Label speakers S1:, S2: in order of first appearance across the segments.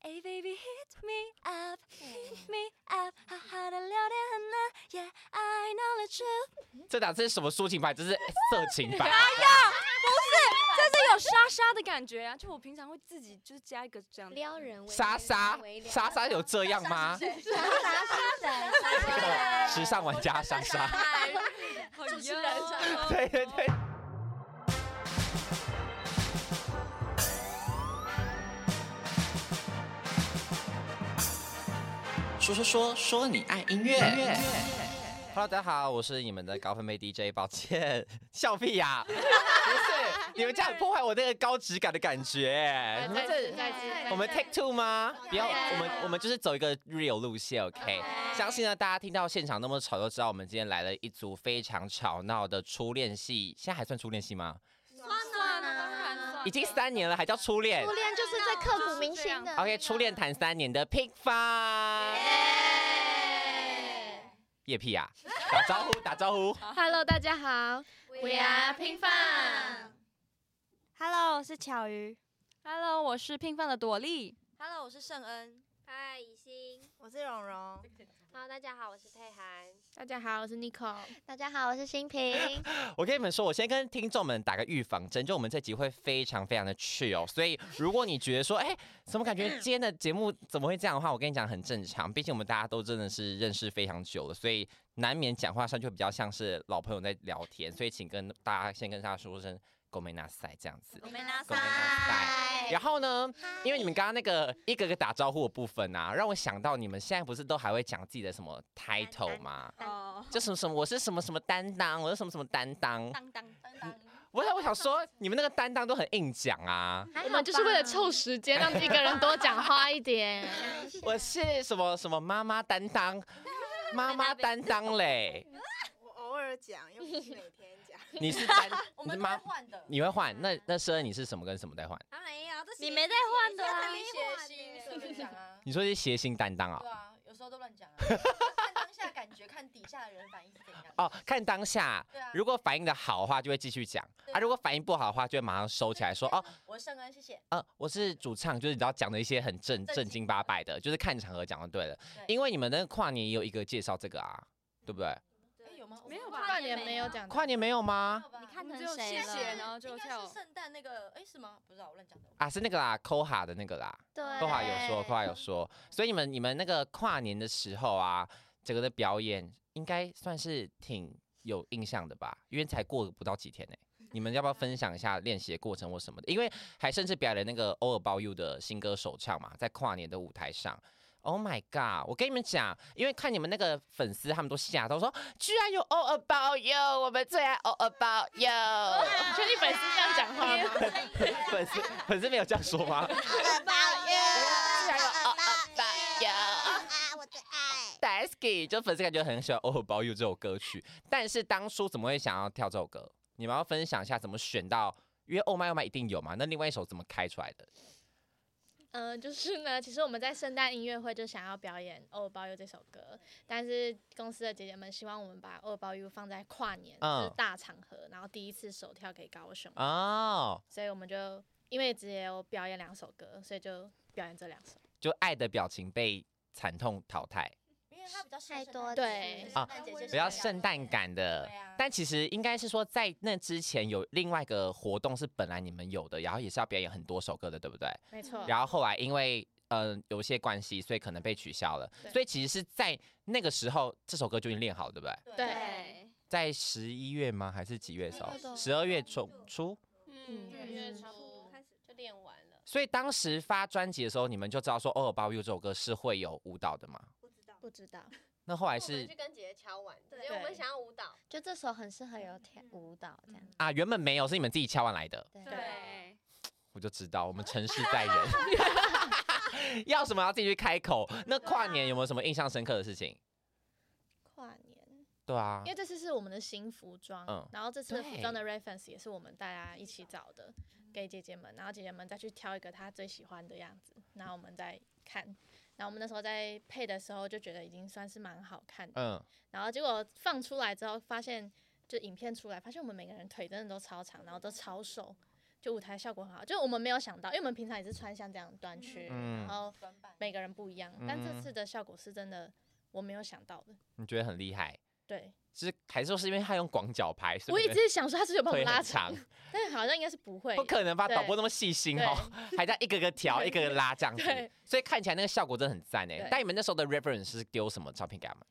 S1: Hey baby, hit me up, hit me up，好好的聊天很难。Yeah, I know the truth。
S2: 这哪是什么抒情版？这是色情版。
S3: 这是有沙沙的感觉啊！就我平常会自己就是加一个这样的，
S4: 撩人为
S2: 莎莎，莎莎有这样吗？
S4: 莎莎是神，莎莎
S2: 时尚玩家莎莎。
S3: 主持人
S4: 哎
S2: 对对对。
S5: 说说说说你爱音乐，
S2: Hello，大家好，我是你们的高分贝 DJ，抱歉，笑屁呀、不是，你们这样破坏我那个高质感的感觉。你们这
S4: 哎再次再次
S2: 我们 take two 吗？不要，
S4: 再次
S2: 我们我们就是走一个 real 路线，OK。相信呢，大家听到现场那么吵，都知道我们今天来了一组非常吵闹的初恋戏。现在还算初恋戏吗？
S3: 算了，当然算了，
S2: 已经三年了，还叫初恋
S4: 初恋啊就是最刻骨铭心的。
S2: ？OK，初恋谈三年的 Pink 方，叶屁呀、打招呼，打招呼。
S3: Hello，大家好
S4: We are 平凡。
S1: Hello，我是巧鱼。
S3: ，Hello，我是拼饭的朵莉。
S1: Hello，我是圣恩。
S4: 嗨，以欣。
S1: 我是蓉蓉。
S4: 好，大家好，我是佩涵。
S6: 大家好，我是 Nico。
S4: 大家好，我是新平。
S2: 我跟你们说，我先跟听众们打个预防针，就我们这集会非常非常的 chill，所以如果你觉得说，哎、怎么感觉今天的节目怎么会这样的话，我跟你讲很正常，毕竟我们大家都真的是认识非常久了，所以难免讲话上就比较像是老朋友在聊天，所以请跟大家先跟大家说声“狗没拿塞”这样子。
S1: 没拿
S2: 狗没拿塞。然后呢，因为你们刚刚那个一个个打招呼的部分啊，让我想到你们现在不是都还会讲自己的什么 title 吗？
S3: 哦，
S2: 就什么什么，我是什么什么担当，我是什么什么担当。
S1: 当当当当。
S7: 嗯
S2: 我想，我想说，你们那个担当都很硬讲啊！
S6: 我们就是为了凑时间，让一个人多讲话 一点。
S2: 我是什么什么妈妈担当，妈妈担当嘞。
S8: 我偶尔讲，又不是每天 讲。
S2: 你是担，
S1: 我
S2: 你是
S1: 们
S2: 妈
S1: 蛮，换的。
S2: 你会换？那那生你是什么跟什么在换？
S8: 他没有，这
S1: 你没在换的啊
S8: 你写信 随便讲啊，
S2: 你说是谐星担当啊
S8: 对？啊，有时候都乱 讲啊，看当下感觉，看底下的人反应是怎样。
S2: 哦，看当下
S8: 对啊，
S2: 如果反应的好的话就会继续讲啊，如果反应不好的话就会马上 收起来说哦，
S8: 我圣恩，谢谢。
S2: 呃，我是主唱，就是你知道讲的一些很正正经八百的，就是看场合讲就对了。
S8: 对
S2: 因为你们那个跨年也有一个介绍这个啊，对不对？
S8: 哎，有吗？
S3: 没有吧
S6: 跨年没有讲到，
S2: 跨年没有吗？
S8: 吧？
S1: 你
S9: 啊
S8: 看
S1: 看
S3: 我们
S1: 成
S3: 只有
S1: 谁
S3: 谢谢，
S1: 了？
S3: 然后就
S8: 应该
S3: 跳
S8: 是。圣诞那个，哎，是吗？不知道，我乱讲的。
S2: 啊，是那个啦，Koha 的那个啦
S4: 对
S2: ，Koha 有说，Koha 有说，所以你们你们那个跨年的时候啊，整个的表演应该算是挺有印象的吧？因为才过不到几天呢、你们要不要分享一下练习的过程或什么的？因为还甚至表演了那个《All About You》的新歌首唱嘛，在跨年的舞台上。Oh my god！我跟你们讲，因为看你们那个粉丝，他们都吓到说，居然有《All About You》，我们最爱《All About You》。
S6: 你确定粉丝这样讲 话吗？
S2: 粉丝粉丝没有这样说吗？d a s k y 就粉丝感觉很喜欢《Oh About You》这首歌曲，但是当初怎么会想要跳这首歌？你们要分享一下怎么选到，因为《Oh My Oh My》一定有嘛，那另外一首怎么开出来的？
S6: 嗯、就是呢，其实我们在圣诞音乐会就想要表演《哦包邮》这首歌，但是公司的姐姐们希望我们把《哦包邮》放在跨年，
S2: 嗯
S6: 就是大场合，然后第一次首跳给高雄，
S3: 嗯
S2: 哦、
S6: 所以我们就因为只有表演两首歌，所以就表演这两首。
S2: 就爱的表情被惨痛淘汰，
S8: 因为他比较适合
S4: 太
S8: 圣
S4: 多
S8: 诞
S6: 对
S8: 节圣诞节就是
S2: 啊比较圣诞感的
S8: 对。啊
S2: 但其实应该是说，在那之前有另外一个活动是本来你们有的，然后也是要表演很多首歌的，对不对？
S6: 没错，
S2: 然后后来因为嗯、呃有一些关系，所以可能被取消了。
S6: 对
S2: 所以其实是在那个时候，这首歌就已经练好了，对不对？
S8: 对
S6: 对
S1: 对，
S2: 在十一月吗？还是几月的时候？十二月中初。
S6: 嗯
S4: 嗯
S6: 嗯
S4: 就练完了，
S2: 所以当时发专辑的时候，你们就知道说《偶尔包邮》这首歌是会有舞蹈的嘛？
S6: 不知道，
S2: 那后来是
S9: 去跟姐姐敲完，
S8: 对
S9: 结果我们想要舞蹈，
S4: 就这首很适合有跳
S9: 嗯
S4: 舞蹈这样。
S2: 啊，原本没有，是你们自己敲完来的，
S4: 对
S3: 对，
S2: 我就知道我们城市在人， 要什么要自己去开口。那跨年有没有什么印象深刻的事情？
S6: 跨年。
S2: 对啊
S6: 因，为这次是我们的新服装，
S2: 嗯
S6: 然后这次的服装的 reference 也是我们大家一起找的，给姐姐们，然后姐姐们再去挑一个她最喜欢的样子，然后我们再看。然后我们那时候在配的时候就觉得已经算是蛮好看的，
S2: 嗯，
S6: 然后结果放出来之后发现，就影片出来发现我们每个人腿真的都超长，然后都超瘦，就舞台效果很好，就我们没有想到，因为我们平常也是穿像这样的短裙，
S2: 嗯
S6: 然后
S8: 短版
S6: 每个人不一样。但这次的效果是真的我没有想到的，
S2: 你觉得很厉害？
S6: 对
S2: 是还是说是因为他用广角拍，所
S6: 我
S2: 以
S6: 一直想说他是有帮我
S2: 腿
S6: 们拉
S2: 很长，，
S6: 但好像应该是不会，
S2: 不可能吧？
S6: 对
S2: 导播那么细心
S6: 对
S2: 哦， 还在一个个调，
S6: 对
S2: 一个个拉这样子
S6: 对，
S2: 所以看起来那个效果真的很赞哎
S6: 对。
S2: 但你们那时候的 reference 是丢什么照片给他们？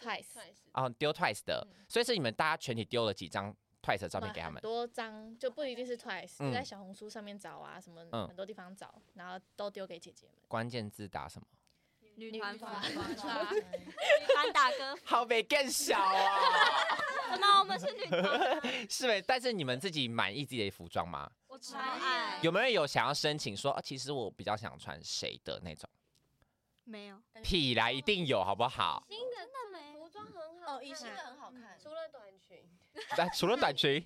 S6: twice。
S2: 啊，丢 Twice 的，所以是你们大家全体丢了几张 Twice 的照片
S6: 买
S2: 给他
S6: 很
S2: 们。
S6: 嗯多张就不一定是 twice，、
S2: 嗯
S6: 在小红书上面找啊，什么
S2: 嗯
S6: 很多地方找，然后都丢给姐姐们。
S2: 关键字打什么？
S3: 女团风，
S8: 团
S1: 班打歌，
S2: 好没更小啊，
S1: 怎么我们是女团？
S2: 是没？但是你们自己满意自己的服装吗？
S1: 我超
S9: 啊
S1: 爱，
S2: 有没有人有想要申请说，啊、其实我比较想穿谁的那种？
S3: 没有，
S6: 嗯
S2: 屁啦，一定有好不好？
S9: 新的
S1: 真的没。
S9: 服装很好看，
S8: 哦，以前的很好看，
S9: 除了短裙，
S2: 但除了短 裙，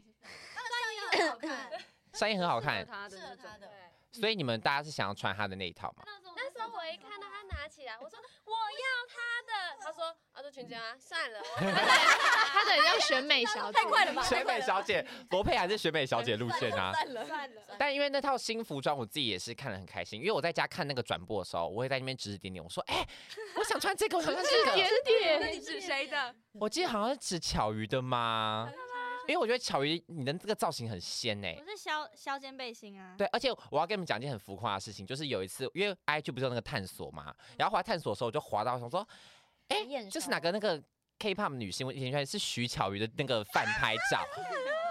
S8: 上衣很好看，
S2: 上衣很好看，
S3: 她的
S8: 适合
S3: 那
S8: 她
S3: 种，
S9: 对
S8: 的。。
S2: 所以你们大家是想要穿他的那一套吗？
S9: 那时候我一看到他拿起来，我说我要他的，他说啊这裙子啊，算了，我
S6: 她的像选美小姐，太快了 吧
S2: 选美小姐，罗佩还是选美小姐路线 啊？
S8: 算了算了，
S2: 但因为那套新服装，我自己也是看得很开心。因为我在家看那个转播的时候，我会在那边指指点点，我说：“哎、我想穿这个，我想穿这个。”
S3: 那你指谁的？
S2: 我记得好像是指巧鱼的吗？因为我觉得巧鱼你的这个造型很仙呢、
S1: 我是削削肩背心啊，
S2: 对，而且我要跟你们讲一件很浮夸的事情，就是有一次，因为 IG 不是有那个探索嘛，然后滑探索的时候，我就滑到想说，哎、
S4: 很眼熟
S2: 就是哪个那个 K-pop 女星，我以前看是徐巧瑜的那个饭拍照，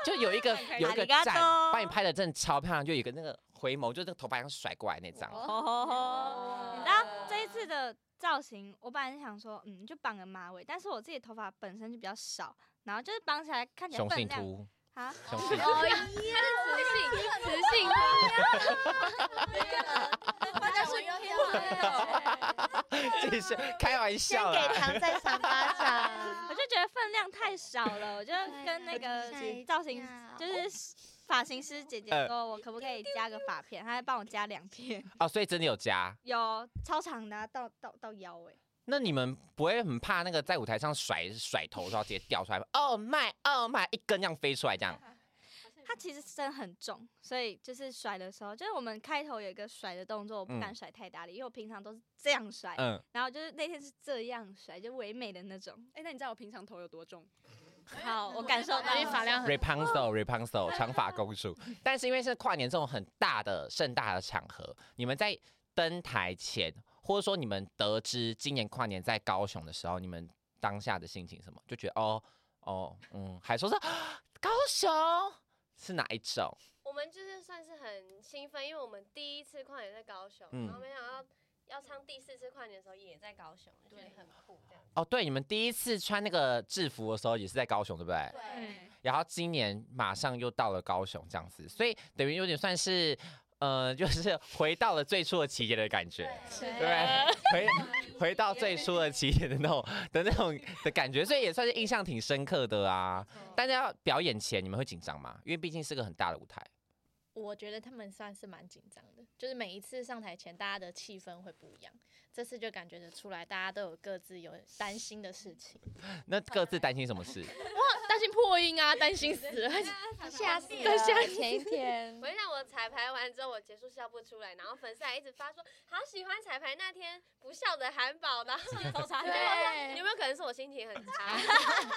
S2: 就有一 个有一个
S1: 阿里嘎
S2: 站
S1: 多
S2: 把你拍的真的超漂亮，就有一个那个回眸，就那个头发像甩过来那张，
S1: 吼吼
S7: 哦
S1: 吼！
S7: 嗯
S1: 你知道这一次的造型，我本来是想说，嗯，就绑个马尾，但是我自己头发本身就比较少，然后就是绑起来看起来
S2: 雄
S1: 分
S2: 性
S1: 量
S2: 秃，
S1: 啊，
S7: 嗯
S2: 雄性秃。
S6: 哦，是雌性，雌性，
S8: 啊大家说要 啊
S2: 这是开玩
S4: 先
S2: 笑
S4: 给
S2: 啦。
S4: 糖再 赏巴掌。
S1: 我就觉得分量太少了，啊我就跟那个造型就是发型师姐姐
S2: 呃
S1: 说，我可不可以加个发片？她还帮我加两片，
S2: 哦，所以真的有加。
S1: 有超长的啊、到到到腰哎、
S2: 那你们不会很怕那个在舞台上甩甩头，然后直接掉出来吗？Oh my, oh my，一根这样飞出来这样。
S1: 它其实真的很重，所以就是甩的时候，就是我们开头有一个甩的动作，我不敢甩太大力，因为我平常都是这样甩，
S2: 嗯，
S1: 然后就是那天是这样甩，就唯美的那种。
S3: 哎，那你知道我平常头有多重？
S1: 好，我感受到
S6: 因为发量很
S2: Rapunzel Rapunzel 长发公主，但是因为是跨年这种很大的盛大的场合，你们在登台前，或者说你们得知今年跨年在高雄的时候，你们当下的心情是什么？就觉得哦哦嗯，还说是 啊高雄是哪一种？
S9: 我们就是算是很兴奋，因为我们第一次跨年在高雄，
S2: 嗯
S9: 然后没想到要唱第四次跨年的时候也在高雄，就觉得很酷这样。
S2: 哦，对，你们第一次穿那个制服的时候也是在高雄，对不对？
S9: 对，
S10: 哎
S2: 然后今年马上又到了高雄这样子，所以等于有点算是呃，就是回到了最初的起点的感觉。
S6: 对
S2: 对，回回到最初的起点的那种的那种的感觉，所以也算是印象挺深刻的啊。但是要表演前，你们会紧张吗？因为毕竟是个很大的舞台。
S6: 我觉得他们算是蛮紧张的，就是每一次上台前，大家的气氛会不一样。这次就感觉得出来，大家都有各自有担心的事情，
S2: 那各自担心什 么事？
S6: 担心破音啊，担心死了，
S4: 吓死
S6: 对
S4: 了！
S6: 吓
S4: 前一天
S9: 我跟你讲，我彩排完之后，我结束笑不出来，然后粉丝还一直发说好喜欢彩排那天不笑的韩宝，然后
S1: 抽查
S9: 对，有没有可能是我心情很差？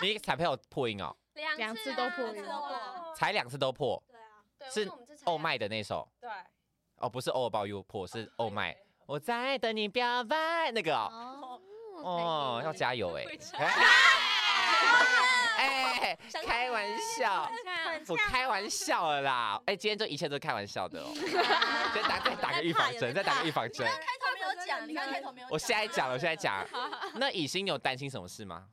S2: 你彩票有破音哦，
S9: 两
S6: 两
S9: 次
S6: 次
S9: 啊
S6: 都破音
S9: 两次都破
S2: 才两次都破。
S9: 对，
S2: 是
S9: 因为我们这彩排
S2: 哦麦的那首
S8: 对，
S2: 哦，不是哦抱 you 破，是哦麦。我在等你表白那个哦，
S4: 哦，
S2: 哦要加油哎
S3: 会！
S2: 哎，开玩笑。我开玩笑了啦！哎、今天就一切都是开玩笑的哦。再打再打个预防针，再打个预防针。
S8: 开头没有讲，你看开头没有，
S2: 我现在讲， 我现在，讲。那以心有担心什么事吗？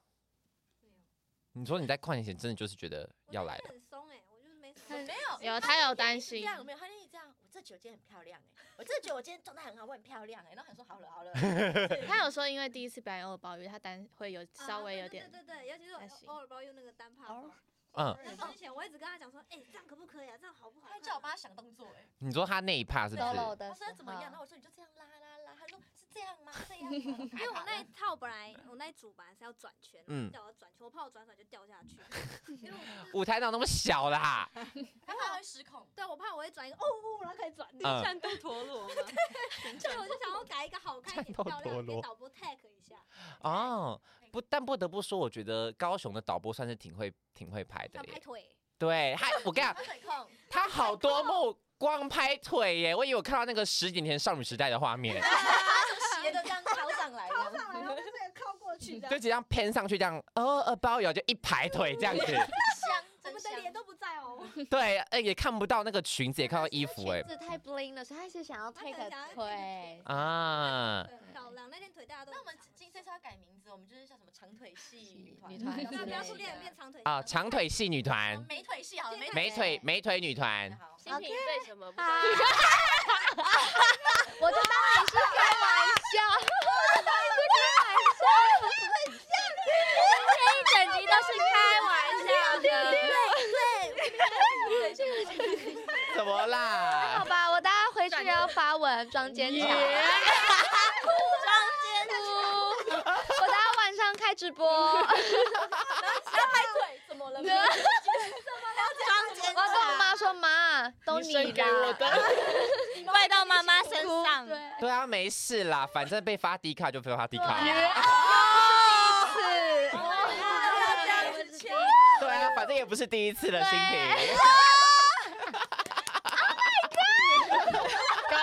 S2: 你说你在跨年前真的就是觉得要来了，
S11: 很松哎，我就是没什么。
S8: 没有
S6: 有他有担心
S8: 这，样有没有？他那这样，我这酒今天很漂亮哎，我这酒我今天状态很好，我很漂亮哎，然后他说好了好了，
S6: 他有说因为第一次表演欧宝玉，他担会有稍微有点
S11: 对对对，尤其是
S6: 担心
S11: 我偶尔包用那个单帕包。
S2: 嗯，
S11: 那之前我一直跟他讲说，哎，这样可不可以啊？这样好不好
S8: 他？叫我帮他想动作哎，
S2: 你说他那一趴是不是？
S4: solo 的
S8: 他
S4: 时
S8: 说怎么样？然后
S4: 候，
S8: 我说你就这样拉拉拉，他说是这样吗？这样
S11: 因为我那一套本来我那一组本来是要转圈，
S2: 嗯
S11: 嗯，叫我 转圈，我怕我转转就掉下去，因为我
S2: 舞台哪有那么 小啦？嗯
S8: 他怕会失控。
S11: 对我怕我会转一个哦，哦然后开始转，
S2: 嗯
S3: 战斗陀螺嘛，
S11: 所以我就想要改一个好看一点、
S2: 战斗
S11: 漂亮一
S2: 陀螺
S11: 点，导播 tag 一下，
S2: 哦，不，但不得不说，我觉得高雄的导播算是挺会、挺会拍的
S11: 想拍
S2: 耶。
S11: 腿，
S2: 对，他我跟你讲，
S8: 他腿控，
S2: 他好多幕光拍腿耶，我以为我看到那个十几年前少女时代的画面，
S8: 斜的这样掏上来，
S11: 靠上来，然后就这个靠过去的
S2: 就，这样偏上去这样，哦，呃，包邮就一排腿这样子，
S8: 香，
S11: 我
S8: 真
S11: 们的脸
S8: 香。
S11: 都不在哦，
S2: 对，呃，也看不到那个裙子，也看不到衣服哎
S4: 裙，子太 bling 了，所以他是想要推
S11: 他可能
S4: 个
S11: 想要
S4: 腿。
S2: 啊，
S11: 对很漂亮。那天腿大家都
S8: 那我们
S11: 很长
S8: 今这次要改名字，我们就是叫什么长腿系女团，
S4: 女团
S8: 然
S11: 那不
S4: 之
S8: 后
S4: 类
S11: 要
S4: 的
S11: 说变变长腿
S2: 啊，长腿系女团，
S8: 美腿系好了，美
S2: 美腿美腿女团，
S8: 好，
S9: 新品对什么不知道
S4: 啊，我就当你是开玩笑，
S9: 这一整集都是开玩笑的。
S2: 怎么啦
S4: 好？吧，我待会回去要发文装坚强，装坚强，我待会晚上开直播，我
S8: 腿怎 么了？
S1: 装坚
S4: 要跟我妈说，妈，都
S2: 你
S4: 你
S2: 生给我
S4: 的，
S1: 嗯怪到妈妈身上。
S4: 对，
S2: 对啊，没事啦，反正被发低卡就被发低卡，
S4: 是，
S2: 对啊，反正也不是第一次了，新平。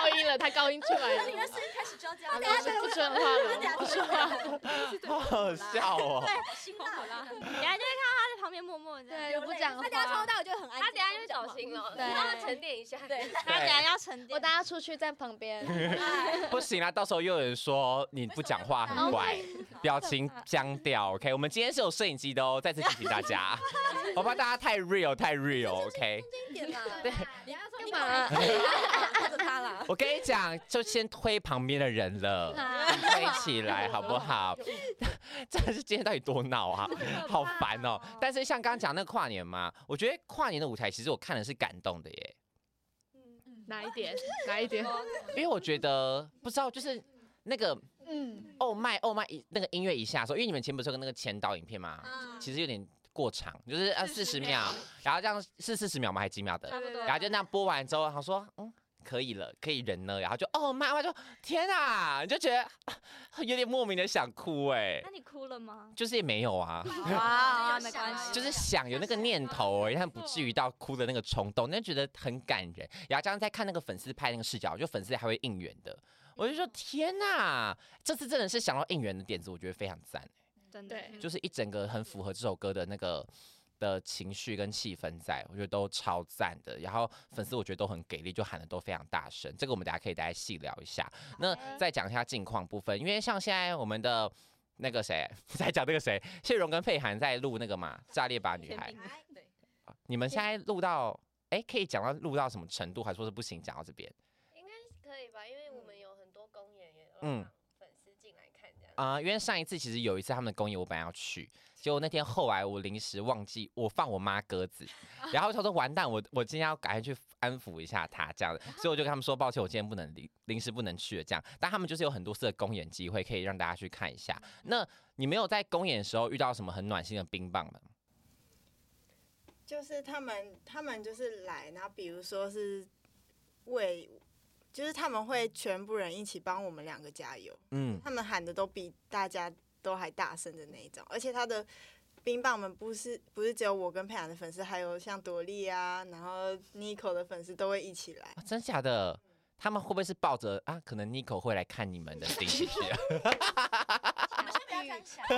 S12: 高音了，他高音出来了，
S8: 的声音开始就要这样
S12: 他 说不准话了，不准话了。
S2: 好好笑哦！
S8: 辛苦啦。
S1: 等一下就会看到他在旁边默默的，
S4: 对，不讲话
S11: 他等一下从头，到尾就很安静，
S9: 他等下就走心了，
S4: 对
S9: 让他沉淀一下。对，
S1: 他等一下要沉
S4: 我
S1: 淀。
S4: 大家出去在旁边，
S2: 不行啊啦，到时候又有人说你不讲话很怪，表情僵掉。OK，我们今天是有摄影机的哦，再次提醒大家，我怕大家太 real 太 real。OK，
S11: 一点啦，
S2: 对
S11: 你要说
S4: 干
S11: 你
S4: 嘛啊？
S11: 着他啦，
S2: 我跟你讲，就先推旁边的人 了，推起来好不好？ 真的是今天到底多闹啊，好烦哦！但是像刚刚讲那个跨年嘛，我觉得跨年的舞台其实我看的是感动的耶，
S12: 哪一点？哪一点？
S2: 因为我觉得不知道就是那个
S4: 嗯，
S2: 哦麦哦麦一那个音乐一下的时候，因为你们前不是有那个前导影片吗？
S11: 啊，
S2: 其实有点过长，就是呃四十秒，然后这样是四十秒吗？还是几秒的？
S3: 差不多
S2: 然后就那样播完之后，他说嗯。可以了，可以忍了，然后就哦，妈妈就天啊，你就觉得 啊有点莫名的想哭哎
S1: 那，你哭了吗？
S2: 就是也没有啊，
S1: 哇，
S7: 哦
S1: 没关系，
S2: 就是想有那个念头而已，但不至于到哭的那个冲动，但觉得很感人。然后加上在看那个粉丝拍那个视角，就粉丝还会应援的，我就说天呐，这次真的是想到应援的点子，我觉得非常赞。
S1: 真的
S12: 对，
S2: 就是一整个很符合这首歌的那个的情绪跟气氛在，我觉得都超赞的。然后粉丝我觉得都很给力，就喊的都非常大声。这个我们大家可以大家细聊一下。那
S4: 嗯
S2: 再讲一下近况部分，因为像现在我们的。那个谁 在讲那个谁，谢荣跟佩涵在录那个嘛《炸裂吧女孩》，啊你们现在录到哎，可以讲到录到什么程度，还说是不行讲到这边
S9: 应该是可以吧？因为我们有很多公演也
S2: 嗯
S9: 嗯粉丝进来看这样。
S2: 啊、因为上一次其实有一次他们的公演，我本来要去，结果那天后来我临时忘记我放我妈鸽子， 然后他说完蛋，我我今天要赶快去安抚一下她 这样子，所以我就跟他们说抱歉，我今天不能临临时不能去了这样。但他们就是有很多次的公演机会可以让大家去看一下。那你没有在公演的时候遇到什么很暖心的冰棒吗？
S7: 就是他们，他们就是来，然后比如说是为，就是他们会全部人一起帮我们两个加油，
S2: 嗯，
S7: 他们喊的都比大家都还大声的那一种，而且他的冰棒们不是不是只有我跟佩涵的粉丝，还有像朵莉啊，然后 Nico 的粉丝都会一起来。
S2: 啊真假的？他们会不会是抱着啊，可能 Nico 会来看你们 的心情去啊？
S8: 我们先不要这样想，不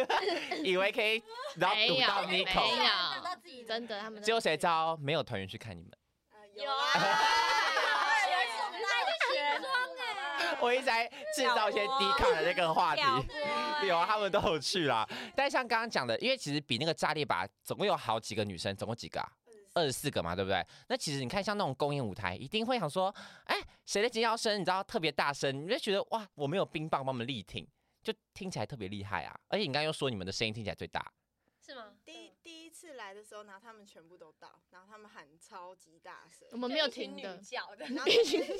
S8: 要这样想
S2: 以为可以，然后
S12: 没
S2: 堵
S12: 有
S2: 到
S12: 没
S2: Nico，
S8: 等到自己
S12: 有，真的，他们
S2: 结果谁知道没有团员去 看你们？
S7: 呃
S8: 有
S7: 有
S8: 啊，
S7: 啊，
S2: 我一直在制造一些低抗的那个话题。 有啊，他们都有去啦。但像刚刚讲的，因为其实比那个炸裂吧，总共有好几个女生，总共几个啊？二十四个嘛，对不对？那其实你看，像那种公演舞台，一定会想说，哎，谁的尖叫声，你知道特别大声，你就觉得哇，我们有冰棒帮我们力挺，就听起来特别厉害啊。而且你刚刚又说你们的声音听起来最大，
S9: 是吗？
S7: 第一第一次来的时候，然后他们全部都到，然后他们喊超级大声，
S12: 我们没有停的
S7: 就一群女叫的然后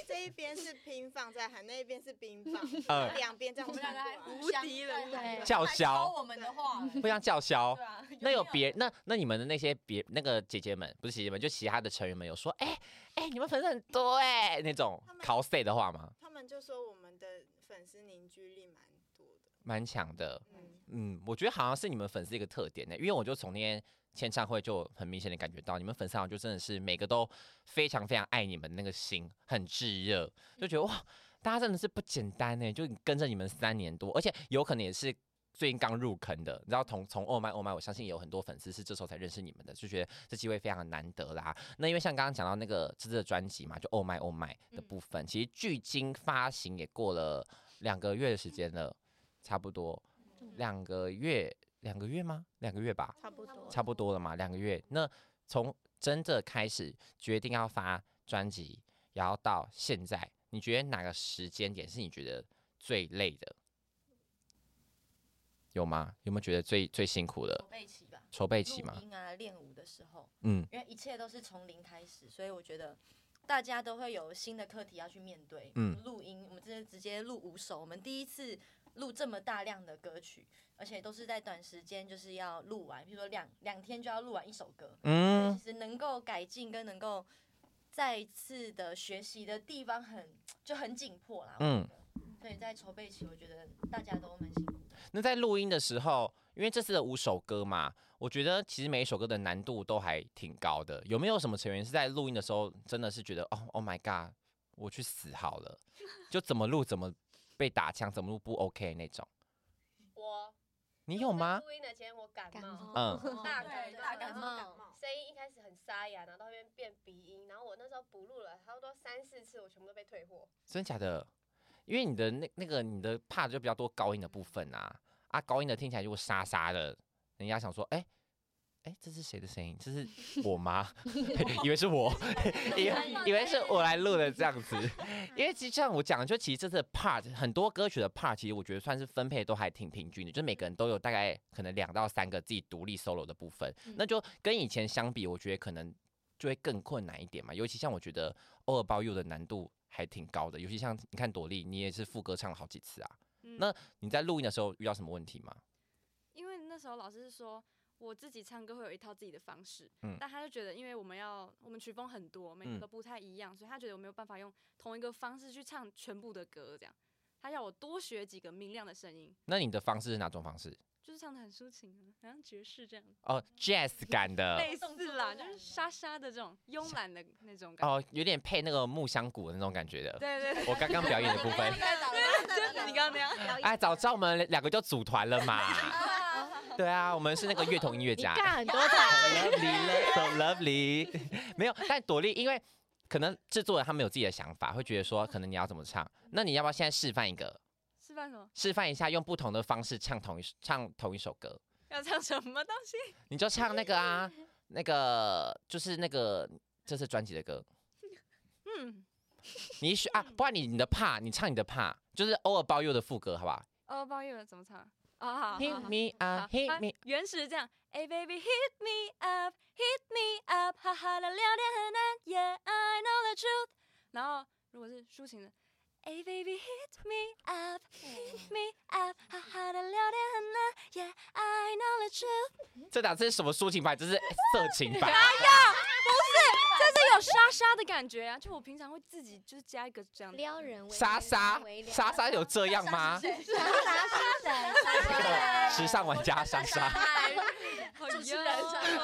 S7: 这一边是乒乓在喊，那一边是冰 棒，
S2: 呃
S8: 嗯
S7: 然后两边这样传过来
S8: 无敌了
S7: 对
S2: 叫嚣
S8: 教我们的话，
S2: 不像叫嚣
S8: 对啊，
S2: 那有别那那你们的那些别那个姐姐们，不是姐姐们，就其他的成员们有说，哎、哎、你们粉丝很多哎、那种 cos 的话吗？
S7: 他们就说我们的粉丝凝聚力蛮多的，
S2: 蛮强的，
S7: 嗯
S2: 嗯，我觉得好像是你们粉丝一个特点呢、因为我就从那天签唱会就很明显的感觉到，你们粉丝好像就真的是每个都非常非常爱你们，那个心很炙热，就觉得哇，大家真的是不简单呢、就跟着你们三年多，而且有可能也是。最近刚入坑的，你知道从从 Oh My Oh My，我相信也有很多粉丝是这时候才认识你们的，就觉得这机会非常的难得啦。那因为像刚刚讲到那个这次的专辑嘛，就 Oh My Oh My 的部分，其实距今发行也过了两个月的时间了，差不多两个月，两个月吗？两个月吧，
S6: 差不
S8: 哦
S6: 多
S2: 差不多了嘛，两个月。那从真的开始决定要发专辑，然后到现在，你觉得哪个时间点是你觉得最累的？有吗？有没有觉得最最辛苦的
S8: 筹？备期吧，
S2: 筹备期嘛
S8: 录音啊，练舞的时候，
S2: 嗯
S8: 因为一切都是从零开始，所以我觉得大家都会有新的课题要去面对。
S2: 嗯
S8: 录音，我们这是直接录五首，我们第一次录这么大量的歌曲，而且都是在短时间就是要录完，比如说两两天就要录完一首歌。
S2: 嗯
S8: 所以其实能够改进跟能够再次的学习的地方很就很紧迫啦。
S2: 嗯
S8: 嗯，所以在筹备期，我觉得大家都蛮辛苦。
S2: 那在录音的时候，因为这次的五首歌嘛，我觉得其实每一首歌的难度都还挺高的。有没有什么成员是在录音的时候真的是觉得哦，Oh my god，我去死好了，就怎么录怎么被打枪，怎么录不 OK 那种？
S9: 我
S2: 你有吗？
S9: 录音的前我感冒，
S2: 嗯
S9: 大感
S8: 对大感冒
S9: 然后
S8: 感冒
S9: 声音一开始很沙哑，然后到后面变鼻音，然后我那时候补录了差不多三四次，我全部都被退货。
S2: 真假的？因为你的那那个你的怕就比较多高音的部分啊，啊高音的听起来就沙沙的，人家想说，哎、哎、这是谁的声音？这是我吗？ 以为是我，以为以为是我来录的这样子。 因为其实像我讲的，就其实这次的 part 很多歌曲的 part，其实我觉得算是分配都还挺平均的，就是每个人都有大概可能两到三个自己独立 solo 的部分，那就跟以前相比，我觉得可能就会更困难一点嘛。尤其像我觉得《All About You》的难度还挺高的，尤其像你看朵莉，你也是副歌唱了好几次啊。
S3: 嗯
S2: 那你在录音的时候遇到什么问题吗？
S3: 因为那时候老师是说我自己唱歌会有一套自己的方式，
S2: 嗯
S3: 但他就觉得因为我们要我们曲风很多，每个
S2: 嗯
S3: 都不太一样，所以他觉得我没有办法用同一个方式去唱全部的歌，这样他要我多学几个明亮的声音，
S2: 那你的方式是哪种方式？
S3: 就是唱的很抒情啊，好像爵士这样，
S2: 哦，jazz 感的，
S3: 类似啦，就是沙沙的这种慵懒的那种感觉。
S2: 哦，有点配那个木香鼓的那种感觉的。
S3: 对对对。
S2: 我刚刚表演的部分
S3: 就是你刚刚那样。
S2: 哎，早知道我们两个就组团了嘛。对啊，我们是那个乐童音乐
S12: 你
S2: 家。
S12: 干很多台，
S2: Lovely，so lovely。没有， 但朵莉因为可能制作人他们有自己的想法，会觉得说可能你要怎么唱，那你要不要现在示范一个？
S3: 示范什么？
S2: 示范一下，用不同的方式唱同一唱同一首歌，
S3: 要唱什么东西？
S2: 你就唱那个啊，那个就是那个这次专辑的歌，
S3: 嗯，
S2: 你选啊，不然你你的怕，你唱你的怕，就是偶尔包佑的副歌，好不好？
S3: 哦，不好意思，怎么唱啊？啊好好
S2: Hit
S3: 好
S2: me up,
S3: 好
S2: hit
S3: 啊
S2: me-
S3: 原始这样，Hey baby, hit me up, hit me up，哈哈的聊天很难，Yeah, I know the truth。然后如果是抒情的，Hey baby, hit me up, hit me up，哈哈的聊天很难，Yeah, I know the truth。
S2: 这档次是什么抒情版？这是色情版。
S3: 哎呀，不是，这是有沙沙的感觉啊！就我平常会自己就是加一个这样的撩人
S2: 莎莎，莎莎有这样吗？时尚玩家莎莎。
S3: 主持人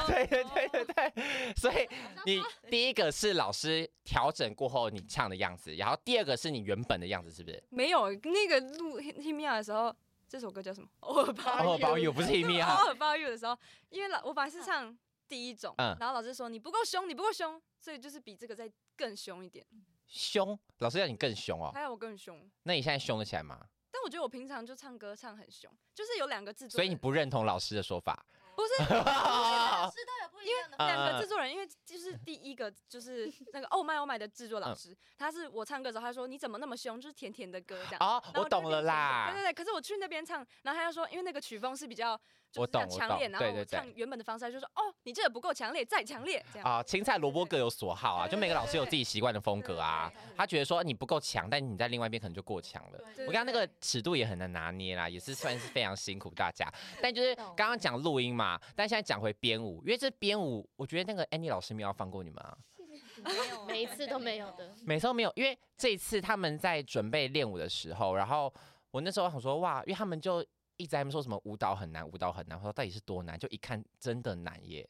S2: 对对对对对，所以你第一个是老师调整过后你唱的样子，然后第二个是你原本的样子，是不是？
S3: 没有那个录《Hit Me Out》的时候，这首歌叫什么？偶尔包
S2: 偶尔包邮不是 Hit Me Out
S3: 偶尔包邮的时候，因为老我本来是唱第一种，
S2: 嗯
S3: 然后老师说你不够凶，你不够凶，所以就是比这个再更凶一点。
S2: 凶，老师要你更凶哦
S3: 还。有我更凶，
S2: 那你现在凶得起来吗？
S3: 但我觉得我平常就唱歌唱很凶，就是有两个制作
S2: 所以
S3: 人，
S2: 你不认同老师的说法？
S3: 不是。
S8: 是都有不一
S3: 因为
S8: 样的
S3: 两
S2: 嗯嗯
S3: 个
S2: 嗯
S3: 制作人，因为就是第一个就是那个 Oh My Oh My 的制作老师，他是我唱歌的时候，他说你怎么那么凶，就是甜甜的歌这样。
S2: 哦
S3: 然后
S2: 我懂
S3: 就变
S2: 了
S3: 成
S2: 啦
S3: 对对对，可是我去那边唱，然后他就说，因为那个曲风是比较
S2: 我
S3: 这
S2: 懂
S3: 样
S2: 我
S3: 强烈，然
S2: 懂，
S3: 后
S2: 对
S3: 我
S2: 对对
S3: 唱。原本的方式，他就说哦，你这个不够强烈，再强烈这样。
S2: 啊，青菜萝卜各有所好啊，就每个老师有自己习惯的风格啊。他觉得说你不够强，但你在另外一边可能就过强了。
S3: 对
S2: 我刚刚那个尺度也很难拿捏啦，也是算是非常辛苦大 家。但就是刚刚讲录音嘛，但现在讲回编舞，因为这编舞，我觉得那个 Annie 老师没有要放过你们啊，
S8: 哦
S6: 每一次都没有的。
S2: 每次都没有，因为这一次他们在准备练舞的时候，然后我那时候想说哇，因为他们就。一直在那边说什么舞蹈很难，舞蹈很难。我说到底是多难？就一看真的难耶。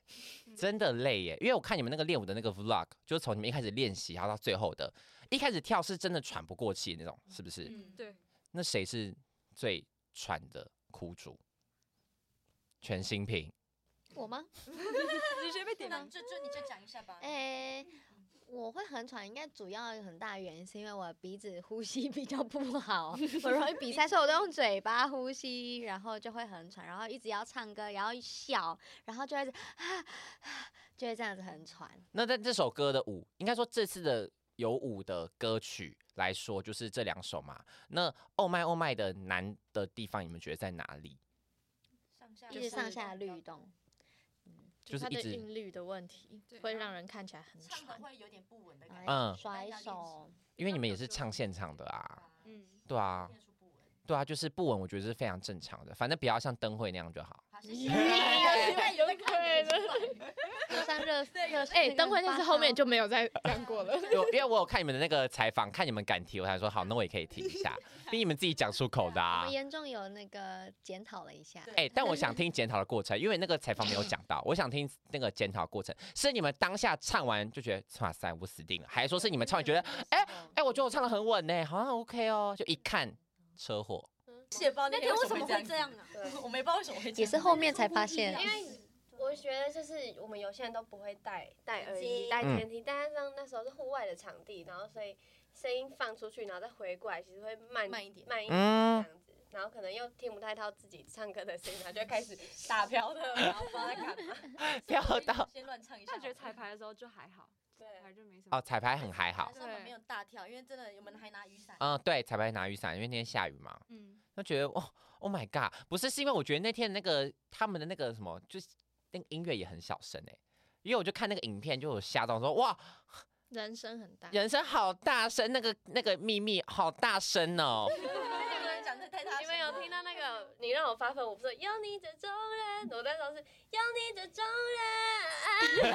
S2: 真的累耶，因为我看你们那个练舞的那个 vlog，就是从你们一开始练习，然后到最后的，一开始跳是真的喘不过气那种，是不是？
S3: 对，
S2: 那谁是最喘的苦主？全新品，
S4: 我吗？
S3: 你先被点
S8: 那就就你就讲一下吧。
S4: 哎、我会很喘，应该主要有很大的原因是因为我鼻子呼吸比较不 好，我容易比赛，所以我都用嘴巴呼吸，然后就会很喘，然后一直要唱歌，然后笑，然后就会一直啊就会这样子很喘。
S2: 那在这首歌的舞，应该说这次的有舞的歌曲来说，就是这两首嘛。那哦麦哦麦的难的地方，你们觉得在哪里？
S8: 上下
S4: 一直上下律动，嗯
S2: 就是
S6: 它
S2: 一
S6: 的
S2: 直
S6: 韵律的问题，会让人看起来很
S8: 唱的
S6: 喘。
S8: 会有点不稳的感觉。
S2: 嗯
S4: 甩手，
S2: 因为你们也是唱现场的啊，
S1: 嗯，
S2: 对啊，对啊，就是不稳，我觉得是非常正常的，反正不要像灯会那样就好。
S4: 哎
S8: 有点
S6: 对
S4: 就像 热热
S6: 哎，灯会那次后面就没有再干过了。
S2: 有，因为我有看你们的那个采访，看你们敢提，我才说好，那我也可以提一下，逼你们自己讲出口的、
S4: 我
S2: 啊
S4: 们。严重有那个检讨了一下。
S2: 哎、但我想听检讨的过程，因为那个采访没有讲到，我想听那个检讨过程，是你们当下唱完就觉得哇塞，我死定了，还是说是你们唱完觉得，哎、哎、我觉得我唱的很稳呢、好像 OK 哦，就一看车祸，
S8: 也不知道那
S11: 为
S8: 天
S11: 什
S8: 为什
S11: 么
S8: 么
S11: 会
S8: 会
S11: 这
S8: 这
S11: 样
S8: 样
S11: 啊？
S8: 我没办法为什么会这
S4: 也
S8: 样。
S4: 是后面才发现，
S9: 因为我 觉得就是我们有些人都不会戴戴耳
S11: 耳
S9: 机、
S11: 机
S9: 戴监听，但是像那时候是户外的场地，然后所以声音放出去，然后再回过来，其实会慢
S8: 慢一点
S9: 慢一点这
S2: 嗯
S9: 样子。然后可能又听不太到自己唱歌的声音，然后就会开始打飘的，然后不知道在干嘛。
S2: 飙到
S8: 先乱唱一下
S3: 但
S8: 好了。
S3: 觉得彩排的时候就还好，
S9: 对，
S3: 彩排就没什么。
S2: 哦，彩排很还好
S8: 那，时候我们没有大跳，因为真的我们还拿雨伞。
S2: 嗯，对，彩排拿雨伞，因为那天下雨嘛，
S1: 嗯，
S2: 就觉得哦，Oh my god，不是，是因为我觉得那天那个他们的那个什么，就是那个音乐也很小声哎、因为我就看那个影片，就有吓到说哇，
S6: 人生很大，
S2: 人声好大声，那个那个秘密好大声哦。
S8: 那个人讲的太大
S9: 你
S8: 声
S9: 们有
S8: 了。
S9: 听到那个你让我发疯，我不是有你这种人，我那时候是有你这种人，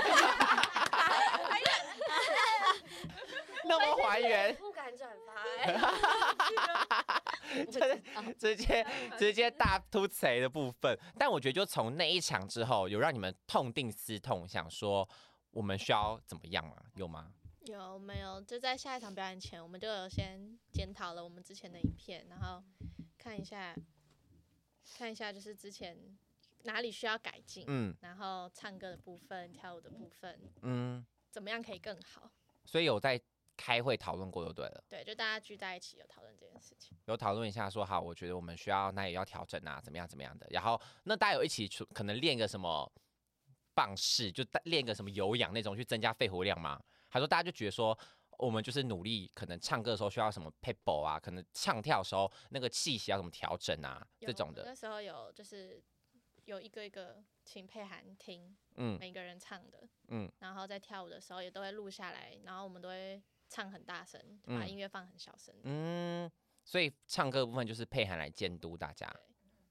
S2: 那么还原，
S9: 不敢转发、 欸，
S2: 就是直接直接大突锤的部分。但我觉得就从那一场之后，有让你们痛定思痛，想说我们需要怎么样啊？有吗？
S6: 有没有？就在下一场表演前，我们就有先检讨了我们之前的影片，然后看一下，看一下就是之前哪里需要改进，
S2: 嗯
S6: 然后唱歌的部分、跳舞的部分，
S2: 嗯，
S6: 怎么样可以更好？
S2: 所以有在开会讨论过就对了。
S6: 对，就大家聚在一起有讨论这件事情。
S2: 有讨论一下说好，我觉得我们需要那也要调整啊，怎么样怎么样的。然后那大家有一起出可能练个什么棒式，就大练个什么有氧那种去增加肺活量吗？还说大家就觉得说我们就是努力，可能唱歌的时候需要什么 p e b b l 啊，可能唱跳的时候那个气息要怎么调整啊，
S6: 有
S2: 这种
S6: 我们那
S2: 的。
S6: 时候有就是有一个一个请配函听，
S2: 嗯
S6: 每个人唱的，
S2: 嗯
S6: 然后在跳舞的时候也都会录下来，然后我们都会唱很大声，就把
S2: 嗯
S6: 音乐放很小声。
S2: 嗯，所以唱歌的部分就是配涵来监督大家。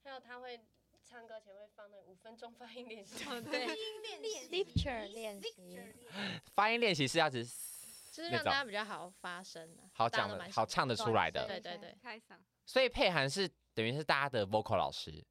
S9: 还有他会唱歌前会放那五分钟发音练习，
S8: 哦 对，
S4: Lecture 练习，
S2: 发音练习是要只
S6: 就是
S2: 那
S6: 让
S2: 种
S6: 大家比较好发声、啊，
S2: 好
S6: 大家
S2: 讲
S6: 都
S2: 的
S6: 蛮
S2: 好
S6: 喜欢
S2: 唱得出来的，
S6: 对对对，
S3: 开嗓，
S2: 所以配涵是等于是大家的 vocal 老师。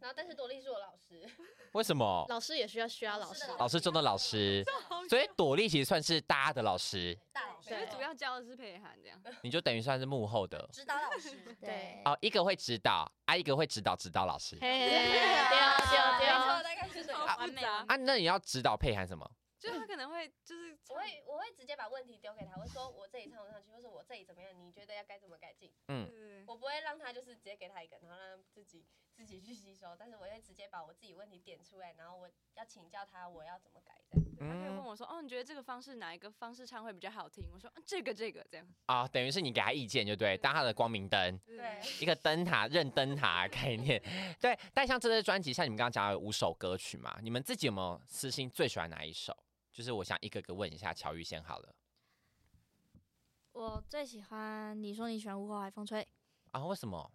S9: 然后但是多莉是我老师，
S2: 为什么？
S6: 老师也需要需要老师，
S2: 老师中的老师，所以朵莉其实算是大家的老师，
S8: 大老师
S3: 所以
S6: 对
S3: 主要教的是裴涵这样。
S2: 你就等于算是幕后的
S8: 指导 老师。
S4: 对，
S2: 哦，一个会指导，啊，一个会指导指导老师
S6: 嘿嘿嘿丢
S8: 没错，
S6: 丢
S8: 大概是这
S3: 好
S8: 样。
S3: 复杂，
S2: 啊，那你要指导配涵什么？
S3: 就他可能会就是
S9: 我会我会直接把问题丢给他，我会说我这里唱不上去，或者我这里怎么样，你觉得要该怎么改进？
S2: 嗯，
S3: 对
S9: 我我不会让他就是直接给他一个，然后让他自己自己去吸收，但是我会直接把我自己问题点出来，然后我要请教他我要怎么改这样。
S10: 他可以
S1: 嗯
S2: 嗯
S10: 问我说：“哦，你觉得这个方式哪一个方式唱会比较好听？”我说：“嗯这个这个这样。
S2: 啊，等于是你给他意见，就对，当他的光明灯，
S8: 嗯
S9: 对，
S2: 一个灯塔认灯塔的概念。对，但像这支专辑，像你们刚刚讲到有五首歌曲嘛，你们自己有没有私心最喜欢哪一首？就是我想一个个问一下乔玉先好了
S1: 我最喜欢你说你喜欢午后海风吹，
S2: 啊，为什么？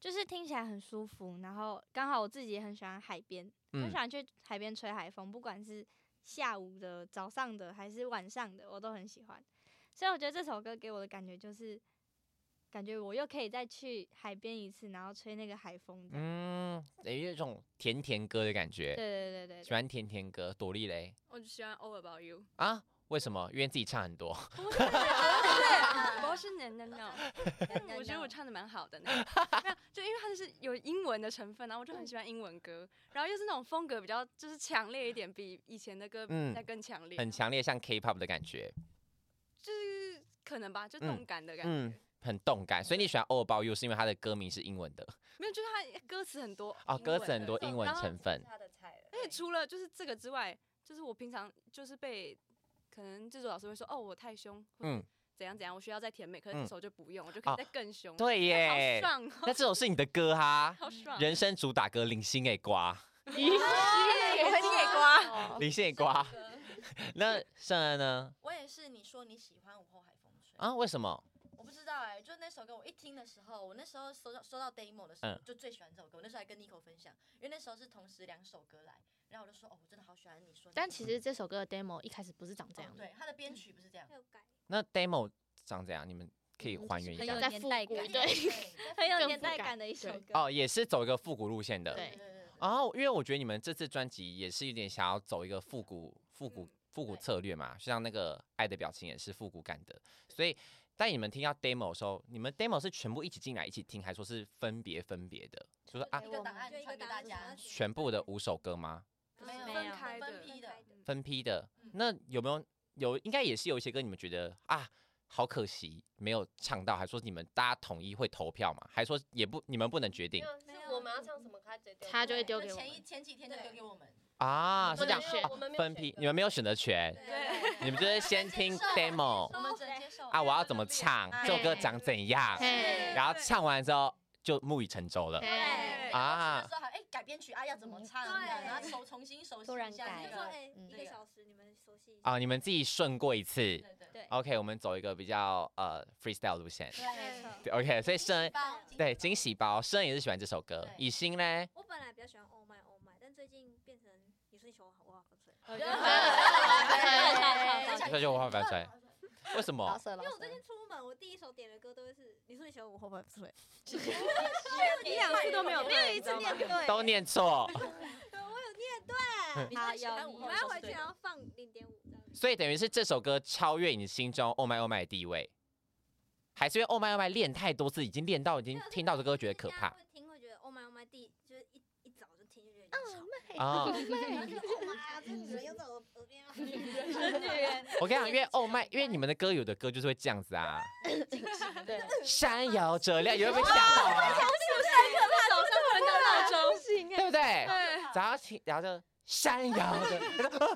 S1: 就是听起来很舒服，然后刚好我自己也很喜欢海边，
S2: 嗯
S1: 我喜欢去海边吹海风，不管是下午的、早上的还是晚上的，我都很喜欢。所以我觉得这首歌给我的感觉就是，感觉我又可以再去海边一次，然后吹那个海风这样。
S2: 嗯，等于有一种甜甜歌的感觉。
S1: 对对对对
S2: 喜欢甜甜歌，朵莉雷”
S10: 我就喜欢《All About You
S2: 啊？为什么？因为自己唱很多。哦
S10: 不是 No No No，我 觉得我唱的蛮好的呢。 没有，就因为它就是有英文的成分，然后我就很喜欢英文歌，
S2: 嗯
S10: 然后又是那种风格比较就是强烈一点，比以前的歌
S2: 嗯
S10: 再更强烈，
S2: 很强烈，像 K-pop 的感觉。
S10: 就是可能吧，就
S2: 嗯
S10: 动感的感觉。
S2: 嗯，很动感。所以你喜欢《All About You》是因为它的歌名是英文的。
S10: 没有，就是它歌词很多
S2: 哦
S10: 英文
S2: 歌词很多
S10: 的
S2: 英文
S10: 然后
S2: 成分
S9: 他的菜了。
S8: 哎
S2: 嗯
S10: 而且除了就是这个之外，就是我平常就是被可能制作老师会说哦我太凶，
S2: 嗯
S10: 嗯，怎样怎样，我需要再甜美，可是
S2: 嗯
S10: 这首就不用，我就可以再更凶。
S2: 对耶
S10: 好爽哦，
S2: 那这首是你的歌哈
S10: 好爽，
S2: 人生主打歌《领星给瓜》，
S10: 你回
S8: 野瓜
S10: 瓜
S2: 领星给瓜。那圣恩呢？
S8: 我也是，你说你喜欢午后海风吹，
S2: 啊，为什么？
S8: 我不知道哎、就那首歌我一听的时候，我那时候收到收到 demo 的时候，
S2: 嗯
S8: 就最喜欢这首歌。我那时候还跟 Nico 分享，因为那时候是同时两首歌来，然后我就说哦，我真的好喜欢你说你。
S6: 但其实这首歌的 demo 一开始不是长这样的，
S8: 哦对它的编曲不是这样，
S2: 那 demo 长怎样？你们可以还原一下。
S6: 在复古，对，
S1: 很有
S6: 更
S1: 年
S6: 复
S1: 代
S6: 古
S1: 感的一首歌。
S2: 哦，也是走一个复古路线的。
S6: 对。
S2: 哦，因为我觉得你们这次专辑也是有点想要走一个复古、复古、
S9: 嗯
S2: 复古策略嘛，像那个《爱的表情》也是复古感的。所以，当你们听到 demo 的时候，你们 demo 是全部一起进来一起听，还说是分别分别的？就是啊
S8: 一，个档案传给大家，啊
S2: 全部的五首歌吗？
S8: 没有
S10: 分开的
S8: 分批的，
S9: 嗯
S2: 分批的？那有没有有？应该也是有一些歌你们觉得啊，好可惜没有唱到，还说你们大家统一会投票嘛？还说也不你们不能决定
S9: 没有，是我们要唱什么，他直接丢。
S6: 他就会丢
S8: 就
S6: 给我
S8: 前
S6: 们。
S8: 一前几天就丢给我们，
S2: 啊？是这样
S9: 我们没有
S2: 啊
S9: 我们没有
S2: 分批，你们没有选择权，你们就是先听 demo。
S8: 我们只能接受
S2: 啊，我要怎么唱
S8: 哎
S2: 这首歌长怎样，
S8: 是
S2: 然后唱完之后就木已成舟了。
S8: 对
S2: 啊
S8: 那时候还哎改编曲啊要怎么唱这样，
S11: 对
S8: 然后熟重新熟悉
S11: 突
S8: 一
S11: 然
S8: 下
S11: 改
S8: 那
S11: 就说
S6: 嗯
S8: 个，
S11: 哎，一个小时你们熟悉一下。
S2: 啊，你们自己顺过一次。
S11: 对
S2: OK，我们走一个比较呃 freestyle 路线。
S11: 没错。
S2: 对 OK，所以圣恩
S11: 包
S2: 对惊喜包，圣恩也是喜欢这首歌。以心嘞，
S11: 我本来比较喜欢 Oh My Oh My，但最近变成你说你喜欢我好风吹。
S2: 这就我好
S9: 嗯
S2: 翻来。为什
S4: 哦
S2: 么？
S11: 因为我最近出门，我第一首点的歌都会是你说你喜欢我好风吹。
S10: 你两次都没有对
S11: 没有一次念对，
S2: 都念错。
S11: 我 有念对。
S8: 好有
S11: 我要回去然后放零点五。
S2: 所以等于是这首歌超越你心中 Oh My Oh My 的地位，还是因为 Oh My Oh My 练太多次，已经练到已经听到这歌觉得可 怕
S11: 会听会觉得 Oh my Oh my 第就是一一早就听就觉得
S1: 哦
S11: 很吵，
S2: 啊？
S11: 然后就 Oh my 这女人又在我耳边，真女人，
S2: 我跟你讲，因为哦麦，因为你们的歌有的歌就是会这样子啊，山摇着亮，有人被吓到啊，
S10: 早上不能当 闹钟，
S11: 啊
S2: 对不对？
S10: 对，
S2: 然后起，然后就山摇 着，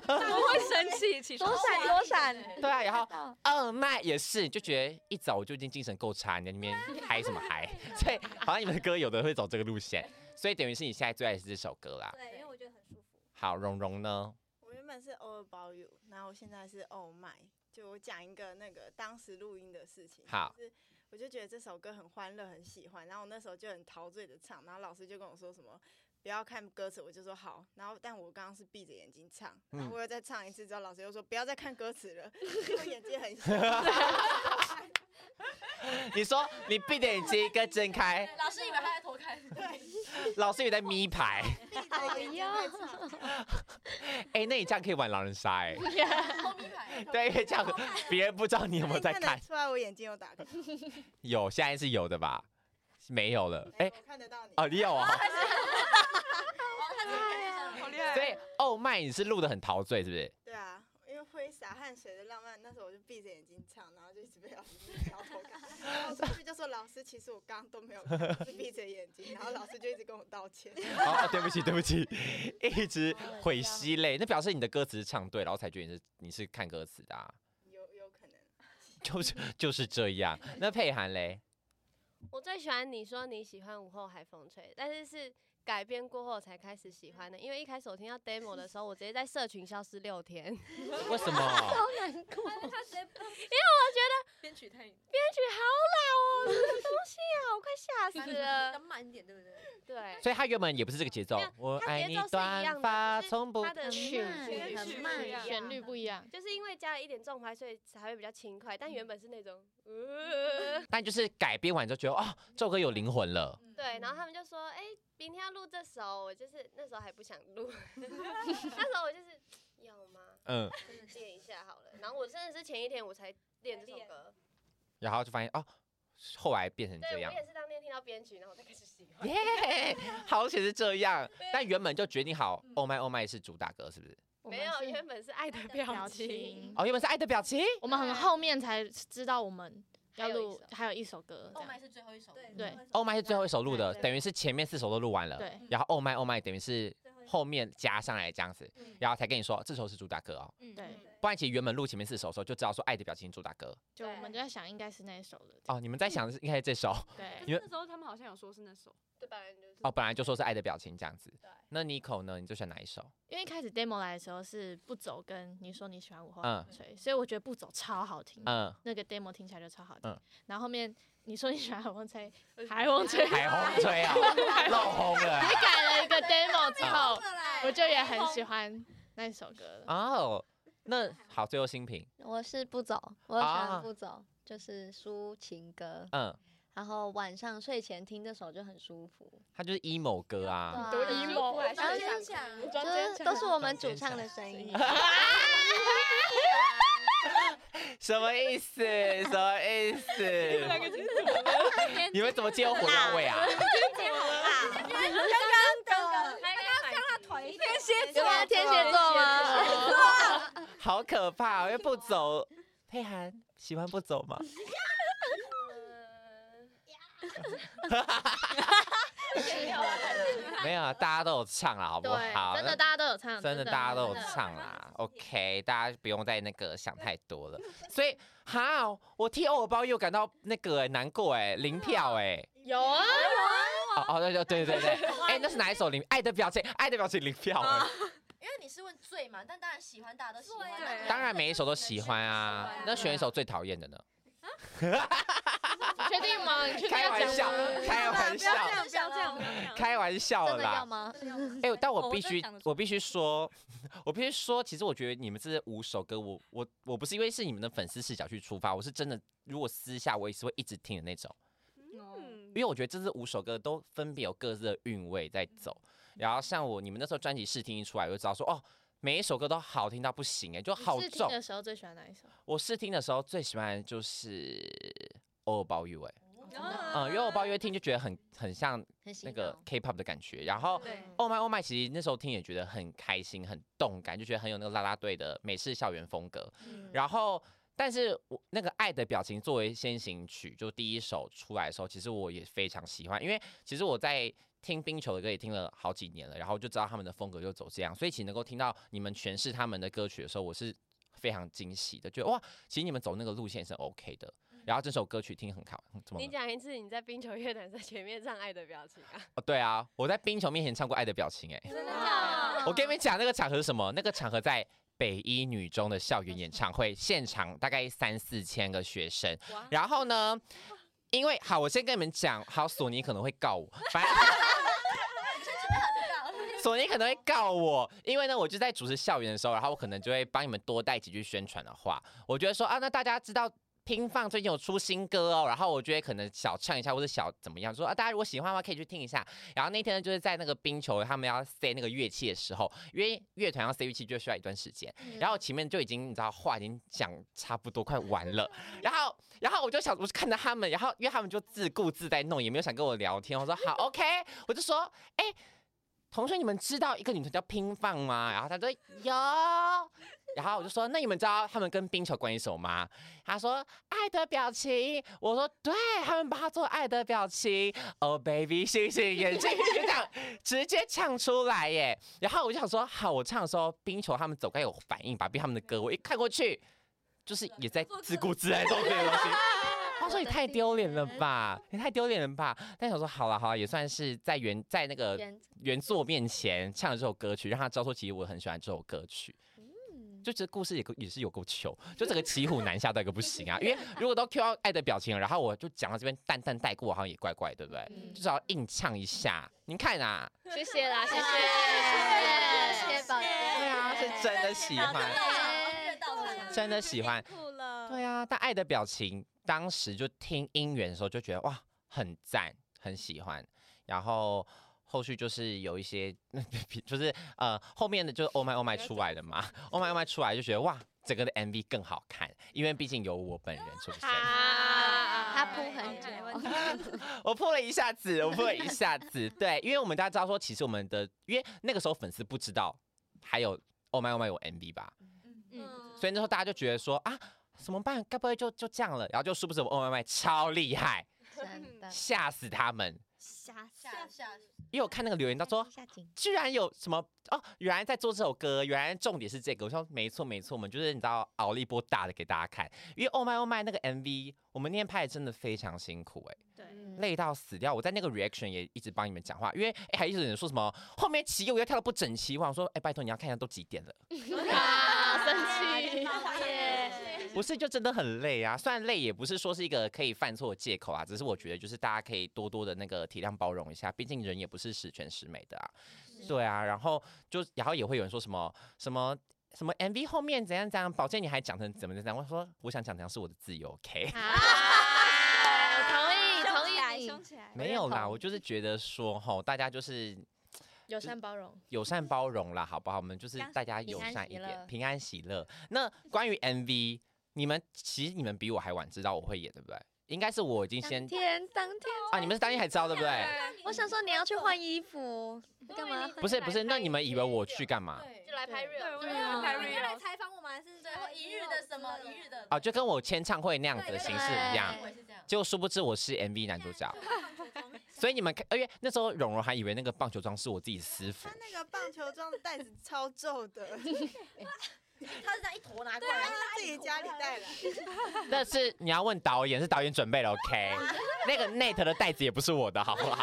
S10: 我会生气，起床
S4: 躲闪躲闪，
S2: 对啊，然后二麦也是，就觉得一早就已经精神够差，你在那边嗨什么嗨？ 所以好像你们的歌有的会走这个路线，所以等于是你现在最爱的是这首歌啦。
S11: 对，因为我觉得很舒服。
S2: 好，蓉蓉呢？
S7: 我原本是 All About You，然后我现在是 Oh My。就我讲一个那个当时录音的事情，
S2: 好
S7: 就是我就觉得这首歌很欢乐，很喜欢，然后我那时候就很陶醉的唱，然后老师就跟我说什么不要看歌词，我就说好，然后但我刚刚是闭着眼睛唱，
S2: 嗯
S7: 然后我又再唱一次之后，老师又说不要再看歌词了，因为我眼睛很小。
S2: 你说你闭着眼睛跟 睁开，
S8: 老师以为他在偷看，
S2: 老师也在咪牌。
S8: 哎呀，
S2: 哎、那你这样可以玩狼人杀哎、
S9: 嗯
S2: 对，因为这样别人不知道你有没有在
S7: 哎看得
S2: 看，哎
S7: 出来我眼睛有打开，
S2: 有现在是有的吧？没有了，哎、
S7: 我看得到你。
S2: 哦，你有啊、
S7: 好厉害
S2: 所以哦麦你是录的很陶醉是不是？
S7: 对啊，因为挥洒洒汗水的浪漫，那时候我就闭着眼睛唱，然后就一直被老 师摇头看。然后我出去就说老师，其实我刚刚都没有看，我是闭着眼睛。然后老师就一直跟我道歉。
S2: 哦，啊对不起，对不起，一直会吸泪，那表示你的歌词是唱对，然后才觉得你是你是看歌词的、啊，
S7: 有有可能。
S2: 就是就是这样。那佩涵嘞，
S9: 我最喜欢你说你喜欢午后海风吹，但是是改编过后才开始喜欢的，因为一开始我听到 demo 的时候，我直接在社群消失六天。
S2: 为什么？
S4: 难过。
S9: 他直接，因为我觉得
S8: 编曲太
S9: 编曲好老哦，什么东西啊，我快吓死了。
S8: 等慢一点，对不对？
S9: 对，
S2: 所以他原本也不是这个节奏。我
S9: 它
S2: 爱
S9: 节
S2: 你
S9: 奏是一样的
S2: 短发，
S9: 只是
S2: 从不
S9: 它
S6: 嗯
S9: 的
S4: 曲
S9: 曲
S4: 很慢
S9: 不一样
S12: 旋律不一样，
S9: 就是因为加了一点重拍，所以才会比较轻快。但原本是那种，呃，
S2: 但就是改编完之后觉得，哦，这首歌有灵魂了。
S9: 对。然后他们就说，哎、明天要录这首，我就是那时候还不想录，那时候我就是要吗？
S2: 嗯，
S9: 真的练一下好了。然后我真的是前一天我才练这首歌，
S2: 然后就发现哦，后来变成这
S9: 对我
S2: 样。
S9: 也是当天听到编曲，然后我才开始喜欢。
S2: 耶，好险是这样。但原本就决定好，Oh my Oh my 是主打歌，是不是？
S9: 没有，原本是爱的表情。
S2: 哦，原本是爱的表情。
S6: 我们很后面才知道我们要录还有一首歌，这
S4: 哦
S8: 后
S6: 样
S8: 麦是最后一首，对
S6: 对，
S2: Oh my 是最后一首录的，
S6: 对
S2: 等于是前面四首都录完了。
S6: 对
S2: 然后 Oh my Oh my 等于是后面加上来这样子，然后才跟你说这首是主打歌哦。
S1: 嗯，
S6: 对，
S2: 不然其实原本录前面四首的时候就知道说爱的表情是主打歌。
S6: 就我们就在想应该是那一首的，
S2: 哦，你们在想的是应该是这首。
S6: 对，
S2: 你们
S10: 那时候他们好像有说是那首，
S9: 对吧？就是
S2: 哦，本来就说是爱的表情这样子。那 Nico 呢？你最喜欢哪一首？
S6: 因为一开始 demo 来的时候是不走跟你说你喜欢午后
S2: 嗯
S6: 吹，所以我觉得不走超好听，
S2: 嗯
S6: 那个 demo 听起来就超好听，
S2: 嗯
S6: 然后后面你说你喜欢 海风吹，海风吹，
S2: 海红吹啊，漏红了
S6: 你改了一个 demo 之后，我就也很喜
S4: 欢。
S6: 欢那首歌了。
S2: 哦。那好，最后新品，
S4: 我是不走，我喜
S2: 啊
S4: 欢不走，就是抒情歌，
S2: 嗯，
S4: 然后晚上睡前听这首就很舒服。
S2: 它就是 emo 歌啊。
S4: 对啊然后
S8: 坚
S4: 就
S8: 强，
S4: 是都是我们主唱的声音。
S2: 什么意思？ 什么意思？你们怎么接我火药味 啊？
S11: 刚刚的，刚刚刚的腿，天蝎
S4: 对啊，天蝎座吗？
S2: 好可怕、哦！又不走，佩涵喜欢不走吗？
S9: 嗯
S2: 没有，啊，大家都有唱啦，好不
S6: 对，
S2: 好？
S6: 真的
S2: 那
S6: 大家都有唱，
S2: 真的
S6: 的
S2: 大家都有唱啦。OK，大家不用再那个想太多了。所以哈，我替欧尔包又感到那个、欸、难过哎、零票哎、
S6: 有啊，
S2: 哦哦对对对对对，哎、那是哪一首零？爱的表情，爱的表情零票哎、
S8: 因为你是问醉嘛，但当然喜欢，大家都喜欢。
S2: 当然每一首都喜欢啊，那选一首最讨厌的呢？
S6: 你确定吗？你确定
S2: 开
S6: 要
S2: 玩
S6: 讲
S2: 笑
S6: 吗？，
S2: 开玩笑，
S8: 不要这样，不要这样。
S2: 开玩笑
S4: 真的要
S2: 啦。
S4: 吗？
S2: 哎、但我
S10: 哦
S2: 必
S10: 我真
S2: 须
S10: 想得，出
S2: 我必须说，我必须说，其实我觉得你们这五首歌，我我我不是因为是你们的粉丝视角去出发，我是真的，如果私下我也是会一直听的那种。
S10: 嗯，
S2: 因为我觉得这是五首歌都分别有各自的韵味在走。然后像我你们那时候专辑试听一出来，我就知道说哦，每一首歌都好听到不行哎、就好
S6: 试听
S2: 重。
S6: 的时候最喜欢哪一首？
S2: 我试听的时候最喜欢的就是《偶尔包月》哎，
S8: 啊
S2: 嗯，因为我包月听就觉得很很像
S4: 很洗
S2: 那
S4: 脑
S2: 个 K-pop 的感觉，然后
S8: 对
S2: Oh My Oh My 其实那时候听也觉得很开心、很动感，就觉得很有那个啦啦队的美式校园风格。
S9: 嗯
S2: 然后，但是我那个爱的表情作为先行曲，就第一首出来的时候，其实我也非常喜欢，因为其实我在听冰球的歌也听了好几年了，然后就知道他们的风格就走这样，所以其实能够听到你们诠释他们的歌曲的时候，我是非常惊喜的，觉得哇，其实你们走那个路线是 OK 的。然后这首歌曲听很好，嗯怎
S9: 嗯
S2: 么
S9: 你
S2: 了？
S9: 讲一次你在冰球乐团在前面唱爱的表情啊？
S2: 哦，对啊，我在冰球面前唱过《爱的表情》哎。
S8: 真的假的？
S2: 我跟你们讲，那个场合是什么？那个场合在北一女中的校园演唱会，现场大概三四千个学生。然后呢，因为好，我先跟你们讲，好，索尼可能会告我，反正索尼可能会告我，因为呢，我就在主持校园的时候，然后我可能就会帮你们多带几句宣传的话。我觉得说啊，那大家知道。拼放最近有出新歌哦，然后我觉得可能小唱一下或者小怎么样，说啊，大家如果喜欢的话可以去听一下。然后那天呢，就是在那个冰球他们要塞那个乐器的时候，因为乐团要塞乐器就需要一段时间，然后前面就已经你知道话已经讲差不多快完了，然后然后我就想，我就看着他们，然后因为他们就自顾自在弄，也没有想跟我聊天，我说好 OK，我就说哎。同学，你们知道一个女团叫乒乓吗？然后他说有，然后我就说那你们知道他们跟冰球关系什么吗？他说爱的表情，我说对，他们把它做爱的表情，Oh baby，星星眼睛就这样直接唱出来耶。然后我就想说，好，我唱的时候冰球他们总该有反应吧，毕竟他们的歌，我一看过去就是也在自顾自在做这些东西。他说：“你太丢脸了吧，你太丢脸了吧！”但想说，好了好了，也算是在原在那个
S4: 原
S2: 原作面前唱了这首歌曲，让他知道说，其实我很喜欢这首歌曲。就这故事也够也是有够糗，就整个骑虎难下到一个不行啊！因为如果都 Q 到爱的表情了，然后我就讲到这边淡淡带过，好像也怪怪，对不对？就是要硬唱一下，您看啊，
S6: 谢谢啦，谢
S4: 谢谢谢宝
S6: 谢，
S2: 对啊，是真的喜欢，
S8: 越到头来
S2: 真的喜欢。
S1: 苦了，
S2: 对啊，但爱的表情，当时就听音源的时候就觉得哇，很赞，很喜欢。然后后续就是有一些， 就是呃后面的就是 Oh My Oh My 出来的嘛，Oh My Oh My 出来就觉得哇，整个的 MV 更好看，因为毕竟有我本人出现。
S4: 他铺很久，
S2: 我破了一下子，我破了一下子。对，因为我们大家知道说，其实我们的，因为那个时候粉丝不知道还有 Oh My Oh My 有 MV 吧，
S1: 嗯，
S2: 所以那时候大家就觉得说啊，怎么办？该不会就就这样了？然后就殊不知我 Oh My Oh My 超厉害，
S4: 真的
S2: 吓死他们。
S1: 嗯吓死，
S8: 下下
S2: 因为我看那个留言，他说
S4: 下井
S2: 居然有什么哦，原来在做这首歌，原来重点是这个。我说没错没错，我们就是你知道熬了一波大的给大家看，因为 Oh My Oh My 那个 MV，我们那天拍的真的非常辛苦哎、
S1: 对，
S2: 累到死掉。我在那个 reaction 也一直帮你们讲话，因为、哎还一直有人说什么后面起舞要跳的不整齐，我想说哎、拜托你要看一下都几点了，
S6: 啊，生气，
S2: 不是就真的很累啊。虽然累也不是说是一个可以犯错的借口啊，只是我觉得就是大家可以多多的那个体谅包容一下，毕竟人也不是十全十美的啊。对啊，然后就然后也会有人说什么什么。什么 MV 后面怎样怎样，宝剑你还讲成怎么怎样？我说我想讲怎样是我的自由，OK？
S6: 啊，同意同意，
S1: 凶起来，
S2: 没有哎啦，我就是觉得说吼，大家就是
S6: 友善包容，
S2: 友善包容啦，好不好？我们就是大家友善一点，平安喜乐。那关于 MV，你们其实你们比我还晚知道我会演，对不对？应该是我已经先
S4: 天当天，
S2: 啊，
S8: 哦
S2: 你们是当天才知道，对不对？
S4: 我想说你要去换衣服，你干嘛？
S2: 不是不是，那你们以为我去干嘛？
S8: 对，
S6: 就来拍 real，
S8: 对啊
S11: 你们要来采访我们还是
S8: 对，或一日的什么一日的
S2: 啊，就跟我签唱会那样子的形式一样
S8: 对。我也是这样。
S2: 结果殊不知我是 MV 男主角，所以你们看，因为那时候蓉蓉还以为那个棒球装是我自己私服
S7: 他，那个棒球装的袋子超皱 的，
S8: 他是这样一坨拿过来，
S7: 啊自己家里带来。
S2: 但是你要问导演，是导演准备了，OK？那 个 net 的袋子也不是我的，好不好？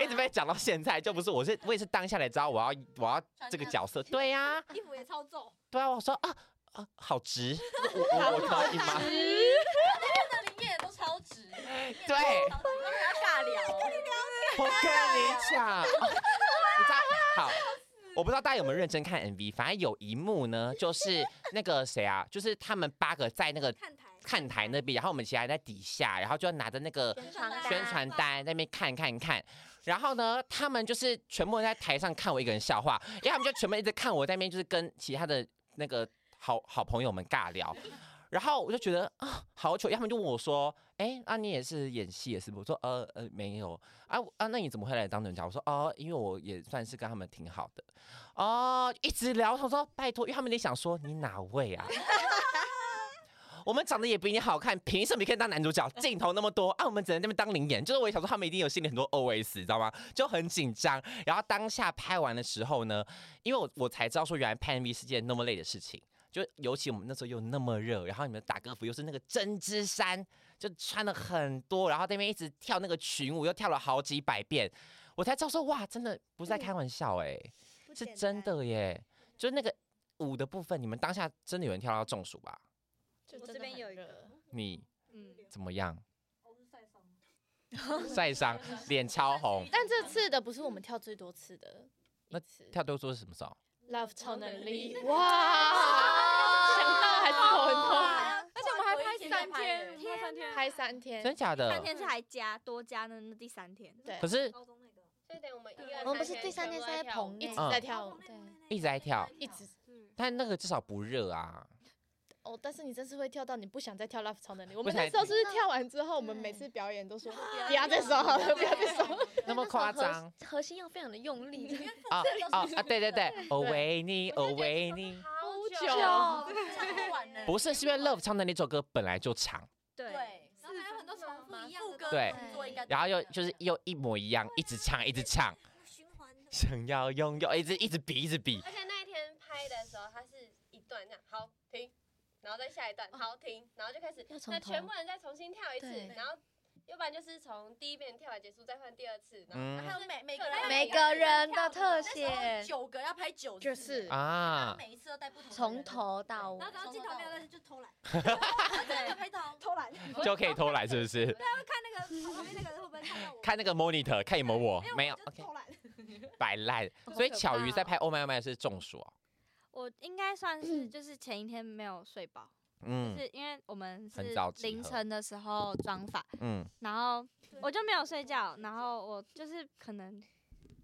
S2: 一直被讲到现在，就不是我是我也是当下才知道我要我要这个角色，对呀、
S11: 衣服也超皱，
S2: 对啊，我说啊啊，好直，我我我可以吗？
S8: 那里面也都超值，
S2: 对，
S8: 跟他尬聊，
S2: 我跟你讲， 你知 道好。我不知道大家有没有认真看 MV，反正有一幕呢，就是那个谁啊，就是他们八个在那个
S11: 看台，
S2: 看台那边，然后我们其他人在底下，然后就要拿着那个
S4: 传单
S2: 宣传单在那边看看看。然后呢，他们就是全部人在台上看我一个人笑话，因为他们就全部一直看我在那边，就是跟其他的那个好好朋友们尬聊。然后我就觉得啊，好糗。要么就问我说：“哎，啊，你也是演戏也是不？”我说：“呃呃，没有啊我啊，那你怎么会来当人家？”我说：“哦，因为我也算是跟他们挺好的。”哦，一直聊，他说：“拜托，因为他们也想说你哪位啊？”我们长得也比你好看，凭什么你可以当男主角？镜头那么多啊，我们只能在那边当零演。就是我也想说，他们一定有心里很多 OS，你知道吗？就很紧张。然后当下拍完的时候呢，因为我我才知道说，原来拍 MV 是件那么累的事情。就尤其我们那时候又那么热，然后你们打歌服又是那个针织衫，就穿了很多，然后那边一直跳那个群舞，又跳了好几百遍，我才知道说哇，真的不是在开玩笑哎、是真的耶。就是那个舞的部分，你们当下真的有人跳到中暑吧？
S6: 就
S1: 我
S6: 真
S1: 这
S6: 的
S1: 边有
S6: 很
S1: 一
S6: 热
S1: 个，
S2: 你
S1: 嗯，
S2: 怎么样？晒伤，脸超红。
S6: 但这次的啊不是我啊们跳最多次的一次
S2: 跳多说是什么时候？
S6: ，Love 超能力，哇，想到还是头很痛，
S10: 而且我们还拍三
S8: 拍
S10: 天，
S8: 耶
S10: 我们拍三天，
S6: 拍三天，
S2: 真假的
S1: 三？天是还加多加的那第三天，
S6: 对
S2: 可是
S11: 高中那个，
S9: 所以等于我们一二
S4: 我们不是
S9: 三
S4: 第三天
S9: 全
S4: 是
S9: 部
S4: 在
S9: 跳舞
S4: 棚
S2: 嗯
S4: 内
S6: 一直在跳舞，
S2: 一直在跳，
S6: 一直
S2: 但那个至少不热啊。
S6: 哦，但是你这次会跳到你不想再跳 Love 超能力。我
S2: 不
S6: 们
S2: 想
S6: 那时候是跳完之后，我们每次表演都说不要再说好了，不要再说。
S2: 那么
S4: 那时候
S2: 夸
S4: 核
S2: 张？
S4: 核心要非常的用力。
S2: 啊啊啊！对对对，我
S4: 对
S2: 为你，我为你。
S1: 哦
S4: 好
S8: 久唱不完呢。
S2: 不是，是因为 Love 唱的那首歌本来就长，
S1: 对，
S8: 然后还有很多重复一样的歌
S2: 对
S8: 动作应该
S2: 然后又就是又一模一样，一直唱，一直唱。想要拥有，一直一直比，一直比。
S9: 而且那一天拍的时候，它是一段这样，好停，然后再下一段，好停，然后就开始
S4: 要，从
S9: 那
S4: 头
S9: 全部人再重新跳一次
S4: 对，
S9: 然后。要不然就是从第一遍跳完结束，再换第二次，然后
S2: 嗯
S9: 然后
S8: 每每
S9: 个
S8: 个人
S4: 每个人
S9: 跳
S4: 的特
S8: 那
S4: 写
S8: 时候，九个要拍九就是
S2: 啊
S8: 每一次都带不同的
S4: 从
S8: 人
S4: 头到尾
S11: 然。后只要镜头没有但是就偷懒，
S8: 对拍到
S11: 偷懒
S2: 就可以偷懒，是不
S11: 对
S2: 是？
S11: 啊，会看那个旁边那个人会不会看到我？
S2: 看那个 monitor，看有没有我，没有
S11: 就
S2: ，OK，
S11: 偷懒。
S2: 摆 烂。所以巧鱼在拍《Oh My Oh My》是中暑哦，
S1: 我应该算是就是前一天没有睡饱，就
S2: 嗯
S1: 是因为我们是
S2: 很早集合
S1: 凌晨的时候妆发，
S2: 嗯，
S1: 然后我就没有睡觉，然后我就是可能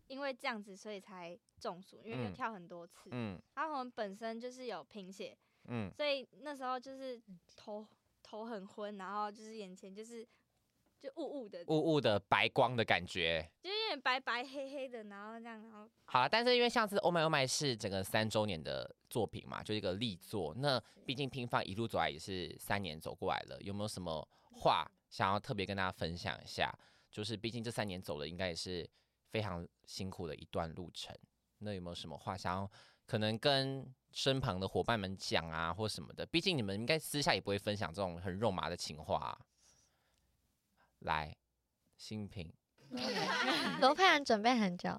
S1: 因为这样子，所以才中暑，因为又
S2: 嗯
S1: 跳很多次，
S2: 嗯
S1: 然后我们本身就是有贫血，
S2: 嗯
S1: 所以那时候就是头头很昏，然后就是眼前就是就雾雾的，
S2: 雾雾的白光的感觉。
S1: 就是有点白白黑黑的，然后这样，然后
S2: 好了，但是因为上次《Oh My Oh My》是整个三周年的作品嘛，就是一个力作。那毕竟拼放一路走来也是三年走过来了，有没有什么话想要特别跟大家分享一下？就是毕竟这三年走的应该也是非常辛苦的一段路程。那有没有什么话想要可能跟身旁的伙伴们讲啊，或什么的？毕竟你们应该私下也不会分享这种很肉麻的情话、啊。来，新平，
S4: 罗佩然准备很久，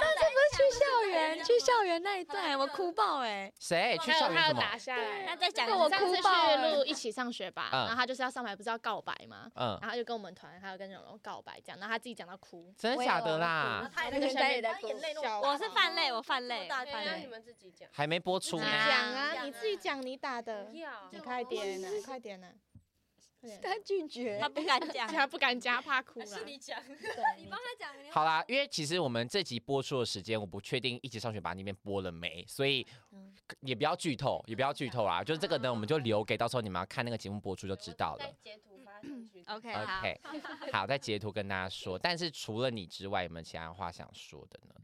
S8: 上次
S4: 去校园，去校园那一段我哭爆哎、
S2: 谁去
S6: 还
S2: 校
S6: 有
S2: 园什
S6: 他有
S2: 么？
S6: 打下来，啊
S1: 那再讲一
S4: 这个我
S1: 次
S6: 上
S4: 哭
S6: 次
S4: 爆
S6: 去
S4: 了
S6: 录一起上学吧，
S2: 嗯
S6: 然后他就是要上台，不是要告白吗？
S2: 嗯
S6: 然后他就跟我们团还有跟蓉蓉告白这样，然后他自己讲到哭，
S2: 真的假的
S8: 然
S2: 啦
S8: 后？他也那个
S6: 他
S8: 下
S6: 也
S8: 面，
S6: 在
S8: 他眼泪那
S1: 我是犯累，我犯累，
S8: 大
S1: 犯
S9: 让
S1: 累
S9: 你。们自己讲，
S2: 还没播出呢。
S6: 讲啊，
S8: 啊
S6: 你自己讲你打的
S9: 不，要
S6: 你快点啊，快点啊，快点
S4: 他拒绝
S1: 他不敢 讲，
S6: 他不敢加，怕哭
S8: 种，
S6: 了
S8: 是。你讲，
S11: 你帮他讲，你
S2: 好啦，因为其实我们这集播出的时间，我不确定一起上学把那边播了没，所以
S4: 嗯
S2: 也不要剧透，也不要剧透啦。就是这个呢，我们就留给到时候你们要看那个节目播 出就知道
S9: 再
S2: 了。
S9: 截图发上 去。
S1: OK，好，
S2: OK，好，再截图跟大家说。但是除了你之外，有没有其他话想说的呢？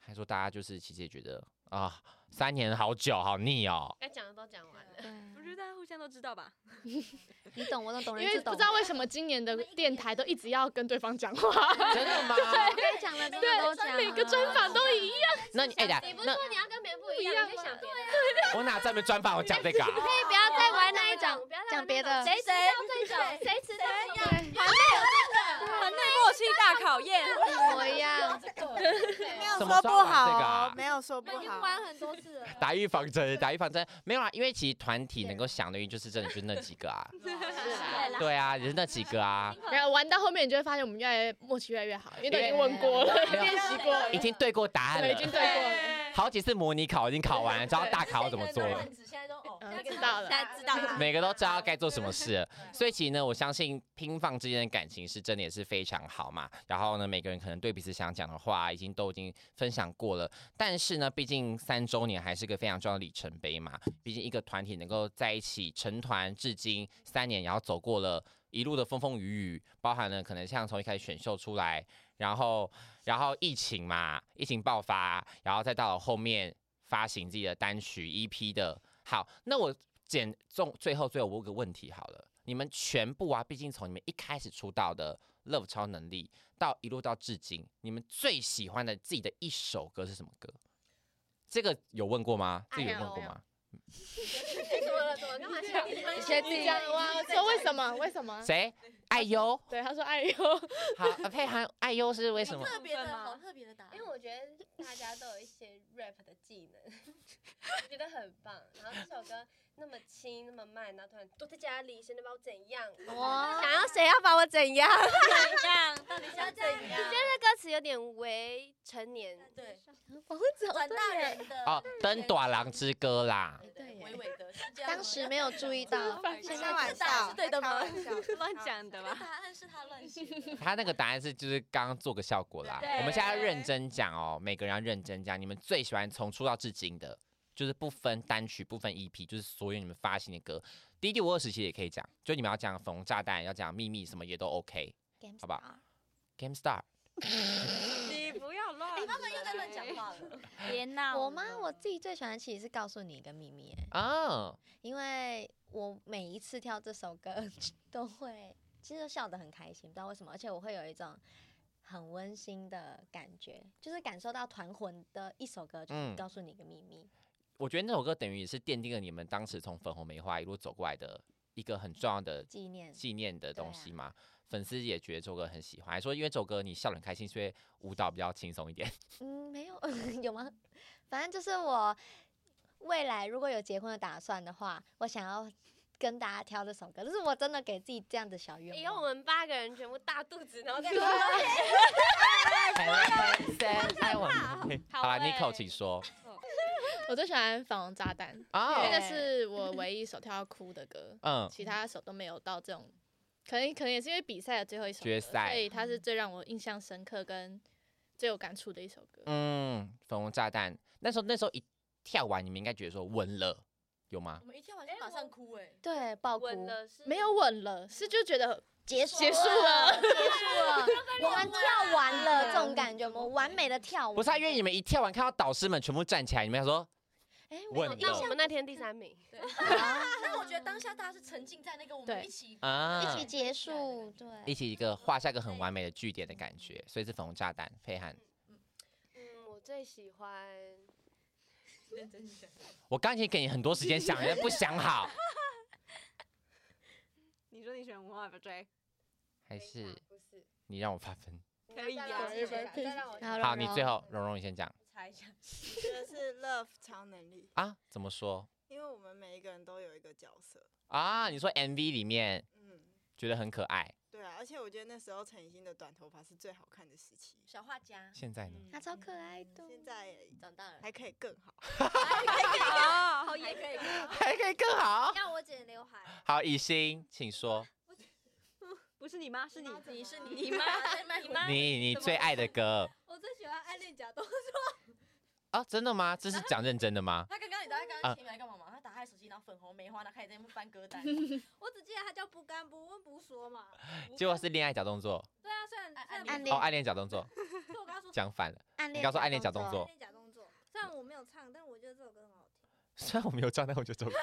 S2: 还说大家就是其实也觉得啊、三年好久，好腻哦。
S9: 该讲的都讲完了，
S10: 我觉得大家互相都知道吧。
S4: 你懂我懂，懂
S6: 因
S4: 人
S6: 为
S4: 自
S6: 不
S4: 懂。
S6: 知道为什么今年的电台都一直要跟对方讲话，
S2: 真的吗？
S4: 该讲的真的都讲了，啊
S6: 每个专访都一样，
S2: 那你哎呀
S9: 你不，是
S2: 那
S9: 说你要跟别人不一
S6: 不一样
S9: 样，你就
S6: 吗
S9: 想别的，
S2: 我哪专门专访我讲这个、啊？
S4: 可以不要再玩那一种
S9: 不要再玩那种
S4: 讲别的，
S9: 谁知道这种，谁知道这种？
S10: 团队默契大 考验，
S4: 一模一样。
S7: 没有
S2: 什
S7: 说
S2: 么
S7: 不
S2: 时候玩这个
S7: 好
S2: 啊
S7: 哦，没有说不
S11: 已经
S7: 好。
S11: 玩很多次了，
S2: 打预防针， 打预防针没有啊，因为其实团体能够想的，就是真的就那几个 啊，
S1: 对啦，
S2: 对啊，也是那几个啊，
S6: 然后玩到后面，你就会发现我们越来越默契越来越好，因为都已经问过了，
S2: 没有
S6: 练习过了，
S2: 已经对过答案
S6: 对已经
S2: 了，
S6: 对过了。
S2: 好几次模拟考已经考完了，知道大考要怎么做
S8: 现在
S2: 了
S8: 都。很直现在都哦，
S6: 嗯
S8: 那个
S6: 知道了
S1: 现在知道了。
S2: 每个都知道该做什么事了，所以其实呢，我相信拼放之间的感情是真的也是非常好嘛。然后呢，每个人可能对彼此想讲的话，已经都已经分享过了。但是呢，毕竟三周年还是个非常重要的里程碑嘛。毕竟一个团体能够在一起成团至今三年，然后走过了一路的风风雨雨，包含了可能像从一开始选秀出来，然后然后疫情嘛，疫情爆发，然后再到后面发行自己的单曲 EP 的。好，那我简重最后最后我问个问题好了，你们全部啊，毕竟从你们一开始出道的 Love 超能力到一路到至今，你们最喜欢的自己的一首歌是什么歌？这个有问过吗？这个有问过吗？
S9: 哎怎么了？怎么了干嘛抢？
S6: 你确定？哇，说为什么？为什么？
S2: 谁？爱优，
S6: 啊对，他说哎呦，
S2: 好，呃配涵爱优是为什么？
S8: 特别的好特别的答案
S9: 因为，我觉得大家都有一些 rap 的技能，我觉得很棒。然后这首歌那么轻，那么慢，然后突然都在家里，谁能把我怎样？
S4: 哇，
S9: 想要谁要把我怎样？
S1: 这样
S8: 到底想怎样？
S9: 我觉得歌词有点为成年，
S8: 对，
S4: 我走
S8: 转大人的
S2: 哦，《登短郎之歌》啦。
S8: 对，
S4: 耶
S8: 伟伟的，是这样吗
S4: 当时没有注意到，现
S7: 开
S4: 在
S7: 玩
S4: 知
S7: 笑
S4: 道，
S7: 是对的吗？
S10: 乱讲的 吧？
S8: 答案是他乱写的，
S2: 他那个答案是就是刚刚做个效果啦。我们现在要认真讲哦，每个人要认真讲，你们最喜欢从出道至今的，就是不分单曲、不分 EP，就是所有你们发行的歌。第一第五二时期也可以讲，就你们要讲缝炸弹，要讲秘密什么也都 OK，好不好？Game Star，
S1: 你不要 乱
S8: 哎，他们又在乱讲话了。
S1: 别闹
S4: 我吗？我自己最喜欢的其实是告诉你一个秘密、欸，
S2: 啊，
S4: 因为我每一次跳这首歌都会，其实都笑得很开心，不知道为什么，而且我会有一种很温馨的感觉，就是感受到团魂的一首歌，就是
S2: 嗯
S4: 告诉你一个秘密。
S2: 我觉得那首歌等于也是奠定了你们当时从粉红梅花一路走过来的一个很重要的
S4: 纪念
S2: 纪念的
S4: 对
S2: 东
S4: 啊
S2: 西嘛。粉丝也觉得这首歌很喜欢，还说因为这首歌你笑得很开心，所以舞蹈比较轻松一点。
S4: 嗯，没有， 有吗？反正就是我未来如果有结婚的打算的话，我想要跟大家挑这首歌，这是我真的给自己这样的小愿
S9: 以
S4: 望。
S9: 后我们八个人全部大肚子，然后再
S2: 爱我们好啦 n i c o 请说。
S6: 我最喜欢《粉红炸弹》
S2: 哦
S6: 那个是我唯一一首跳到哭的歌，
S2: 嗯
S6: 其他首都没有到这种，可能可能也是因为比赛的最后一首歌
S2: 决赛
S6: 所以它是最让我印象深刻跟最有感触的一首歌。
S2: 嗯，粉红炸弹那时候那时候一跳完，你们应该觉得说稳了，有吗
S8: 我？们一跳完就马上哭哎，
S4: 对，爆哭，
S9: 稳了是
S6: 没有稳了，是就觉得
S4: 结
S6: 束结束了，
S4: 结束了，我们跳完了，这种感觉，我们完美的跳完。
S2: 不是、啊，因为你们一跳完看到导师们全部站起来，你们要说
S4: 哎，
S2: 稳了。
S9: 那我们那天第三 名，
S8: 对。但是我觉得当下大家是沉浸在那个我们
S6: 对
S8: 一起
S2: 啊
S4: 一起结束，对，
S2: 一起一个画下一个很完美的句点的感觉，所以是粉红炸弹。飞汉，
S9: 嗯，我最喜欢
S8: 认真想。
S2: 我刚已经给你很多时间想，你不想好，
S10: 你说你选文化 FJ，
S2: 还是
S9: 不是
S2: 你让我发分？
S10: 可以
S9: 再
S10: 啊
S9: 让我想一下再让我想一下
S2: 好，你最后蓉蓉你先讲
S9: 猜一下。
S7: 我觉得是 Love 超能力，
S2: 啊？怎么说
S7: 因为我们每一个人都有一个角色。
S2: 啊？你说 MV 里面
S7: 嗯，
S2: 觉得很可爱，
S7: 对啊，而且我觉得那时候陈奕迅的短头发是最好看的时期。
S8: 小画家
S2: 现在呢？
S4: 他超可爱的。
S7: 现在
S8: 长大了，
S7: 还可以更好。
S10: 哦
S11: 好严
S8: 可以
S11: 格，
S2: 还可以更好。
S11: 要我剪刘海，
S2: 好，以心，请说
S10: 不是你妈，是你
S8: 你是你
S11: 你妈
S8: 在卖
S11: 你妈
S2: 你你最爱的歌
S11: 我最喜欢《暗恋假动作》。
S2: 啊？真的吗？这是讲认真的 吗？
S8: 他刚刚你知道他刚
S1: 啊
S8: 刚前面在干嘛吗？他打开手机，然后粉红梅花，然后开始在那边翻歌 单。
S11: 我只记得他叫不干不问不说嘛。
S2: 结果是恋爱假动作
S11: 对啊，虽然虽然
S4: 暗
S2: 哦，
S4: 恋
S2: 爱恋假动作，
S11: 所以我刚刚说
S2: 讲反了。
S4: 暗
S2: 你
S4: 恋，
S2: 刚说爱恋假动
S11: 暗
S2: 作，
S11: 恋假动作，虽然我没有唱，但我觉得这首歌很好听。
S2: 虽然我没有唱，但我觉得 这首歌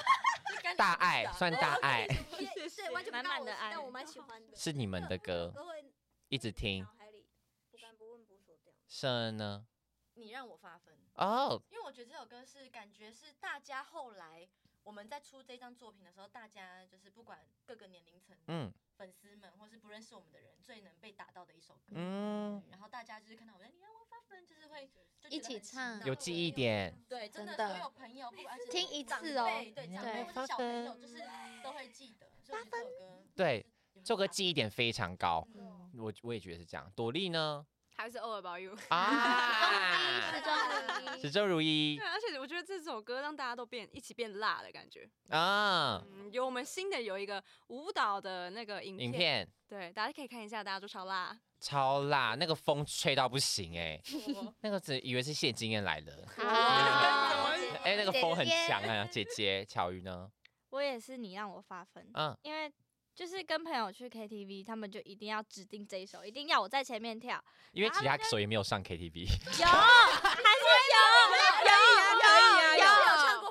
S2: 大爱算大 爱，
S11: 谢谢，完全不
S1: 满
S11: 干
S1: 满
S11: 我
S1: 的
S11: 的事
S1: 爱
S11: 但我蛮喜 欢的。
S2: 是你们的歌，
S11: 都会
S2: 一直听
S11: 脑。海里不干不问不说这样。
S2: 圣恩呢？
S8: 你让我发分，
S2: 哦，
S8: 因为我觉得这首歌是感觉是大家后来我们在出这张作品的时候，大家就是不管各个年龄层，
S2: 嗯
S8: 粉丝们或是不认识我们的人，最能被打到的一首歌。
S2: 嗯，
S8: 然后大家就是看到我在你让我发分，就是会就觉得
S4: 一起
S8: 很心
S4: 唱
S8: 动
S2: 有记忆。点。
S8: 对，真的
S4: 真的
S8: 所有朋友，不管 是
S4: 听一
S8: 长
S4: 次哦
S8: 辈对
S2: 你
S8: 长
S2: 让
S8: 辈
S4: 我
S8: 或
S2: 发
S8: 是小朋友，
S2: 分
S8: 就是都会记得。所以我觉得这首歌，
S2: 对，这首歌记忆点非常高，
S8: 嗯，
S2: 我我也觉得是这样。朵莉呢？
S10: 还是 All About You。
S2: 啊，
S4: 始终如一
S2: 始终如一
S10: 对，啊而且我觉得这首歌让大家都变一起变辣的感觉。
S2: 啊，
S10: 嗯，有我们新的有一个舞蹈的那个影
S2: 影片
S10: 对，大家可以看一下，大家都超辣。
S2: 超辣，那个风吹到不行哎， 那个只以为是谢金燕来了，
S4: 啊
S2: 哎，那个风很强啊。姐姐，巧鱼呢？
S1: 我也是，你让我发疯，
S2: 嗯
S1: 因为就是跟朋友去 KTV，他们就一定要指定这一首，一定要我在前面跳。
S11: 啊
S2: 因为其他手也没有上 KTV，
S1: 有，还
S11: 哎
S1: 是有，有，有，有，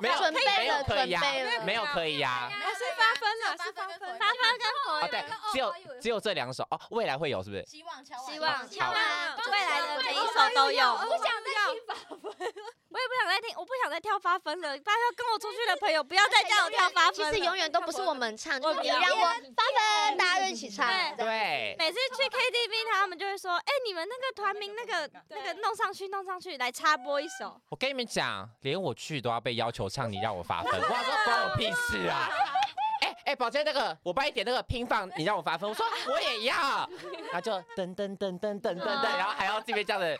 S2: 没有
S4: 准
S2: 没
S4: 备
S2: 有
S4: 了，
S2: 可
S4: 准
S2: 以呀
S4: 备了，，
S2: 没有可以呀。
S10: 没有是八分啦，是
S8: 八
S10: 八
S8: 分跟
S10: 分。
S1: 八分跟
S2: 哦，
S1: 火
S2: 对
S1: 影，，
S2: 只有只有这两首哦，未来会有是不哦是？
S8: 希望敲完，
S1: 希望
S2: 敲
S1: 千
S2: 完
S1: 万未来的每一首都有。我不想再听八分，我也不想再听，我不想再跳八分了。拜托，跟我出去的朋友不要再叫我跳八
S4: 其
S1: 分了。
S4: 实永远都不是我们唱，就是
S1: 我
S4: 你
S1: 不要
S4: 让我发分，大家就一起唱。
S1: 对
S4: 这样
S2: 对，
S1: 每次去 KTV，他们就会说：“哎、你们那个团名那个那个弄上去，弄上去，来插播一首。
S2: 我跟你们讲，连我去都要被要求唱，你让我发 疯，我说关我屁事啊！哎哎，宝健那个，我帮你点那个拼放，你让我发疯，我说我也要，然后就噔噔噔噔噔噔噔，然后还要这边这样的，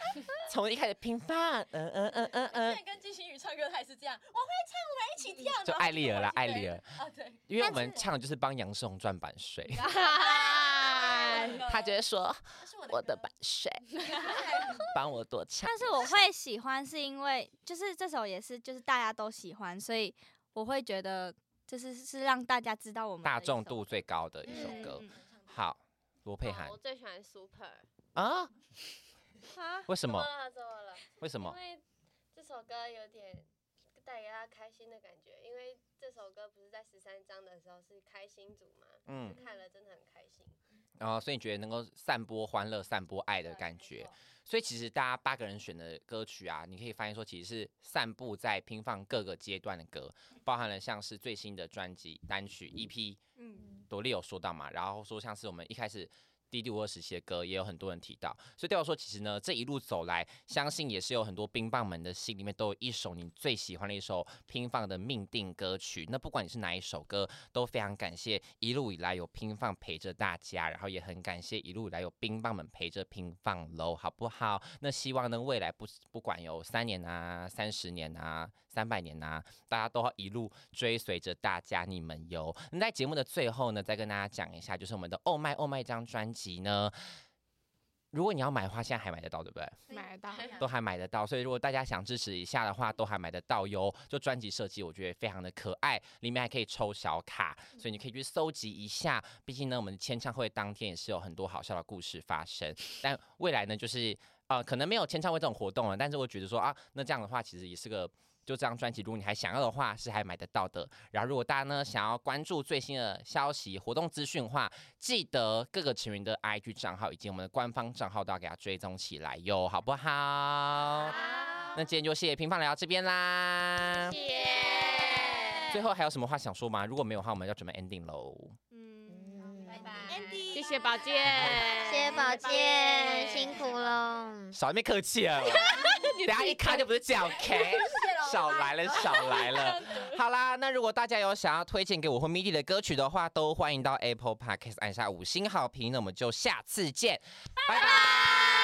S2: 从一开始拼放，嗯嗯嗯嗯
S8: 之
S2: 嗯，
S8: 前跟金星宇唱歌，他也是这样，我会唱，我们一起跳。
S2: 就
S8: 然后
S2: 艾丽儿啦
S9: 哦
S8: 跟我一起
S2: 艾丽儿
S8: 对啊，对，
S2: 因为我们唱的就是帮杨世宏赚版税，
S1: 爱
S13: 他就会说我
S9: 哦
S13: 的版税，帮我多唱。
S1: 但是我会喜欢，是因为就是这首也是就是大家都喜欢，所以我会觉得就是是让大家知道我们的
S2: 大
S1: 一
S2: 众
S1: 首
S2: 度最高的一首歌。好，罗佩涵
S9: 我最喜欢 Super
S2: 啊，
S9: 啊
S2: 为什么
S9: 怎了？怎么了？
S2: 为什么
S9: 因为这首歌有点带给大家开心的感觉，因为这首歌不是在十三章的时候是开心组嘛，
S2: 嗯
S9: 嗯，看了真的很开心。
S2: 然后所以你觉得能够散播欢乐、散播爱的感觉。所以其实大家八个人选的歌曲啊，你可以发现说，其实是散布在拼放各个阶段的歌，包含了像是最新的专辑、单曲、EP，E
S10: 嗯，
S2: 朵莉有说到嘛，然后说像是我们一开始低第五二时期的歌，也有很多人提到，所以对我说，其实呢这一路走来，相信也是有很多冰棒们的心里面都有一首你最喜欢的一首拼放的命定歌曲。那不管你是哪一首歌，都非常感谢一路以来有拼放陪着大家，然后也很感谢一路以来有冰棒们陪着拼放喽，好不好？那希望呢未来不不管有三年啊、三十年啊、三百年啊，大家都要一路追随着大家你们哟。那在节目的最后呢，再跟大家讲一下，就是我们的《哦麦哦麦》这张专辑呢，如果你要买的话，现在还买得到，对不对？
S12: 买 得到，
S2: 都还买得到，所以如果大家想支持一下的话，都还买得到哟。就专辑设计，我觉得非常的可爱，里面还可以抽小卡，所以你可以去搜集一下。毕竟呢，我们签唱会当天也是有很多好笑的故事发生，但未来呢，就是呃，可能没有签唱会这种活动了，但是我觉得说啊，那这样的话其实也是个。就这张专辑，如果你还想要的话，是还买得到的。然后，如果大家呢想要关注最新的消息、活动资讯的话，记得各个成员的 IG 账号以及我们的官方账号都要给它追踪起来哟，好不好？那今天就谢谢平方来到这边啦。
S9: 谢谢。
S2: 最后还有什么话想说吗？如果没有的话，我们要准备 ending 喽。
S9: 哎
S12: 谢谢宝剑，
S4: 谢谢宝剑，辛苦喽。
S2: 少在那边客气 了，等下一卡就不是这样 OK。少来了，少来 了。好啦，那如果大家有想要推荐给我或 MIDI 的歌曲的话，都欢迎到 Apple Podcast 按下五星好评。那我们就下次见，拜拜。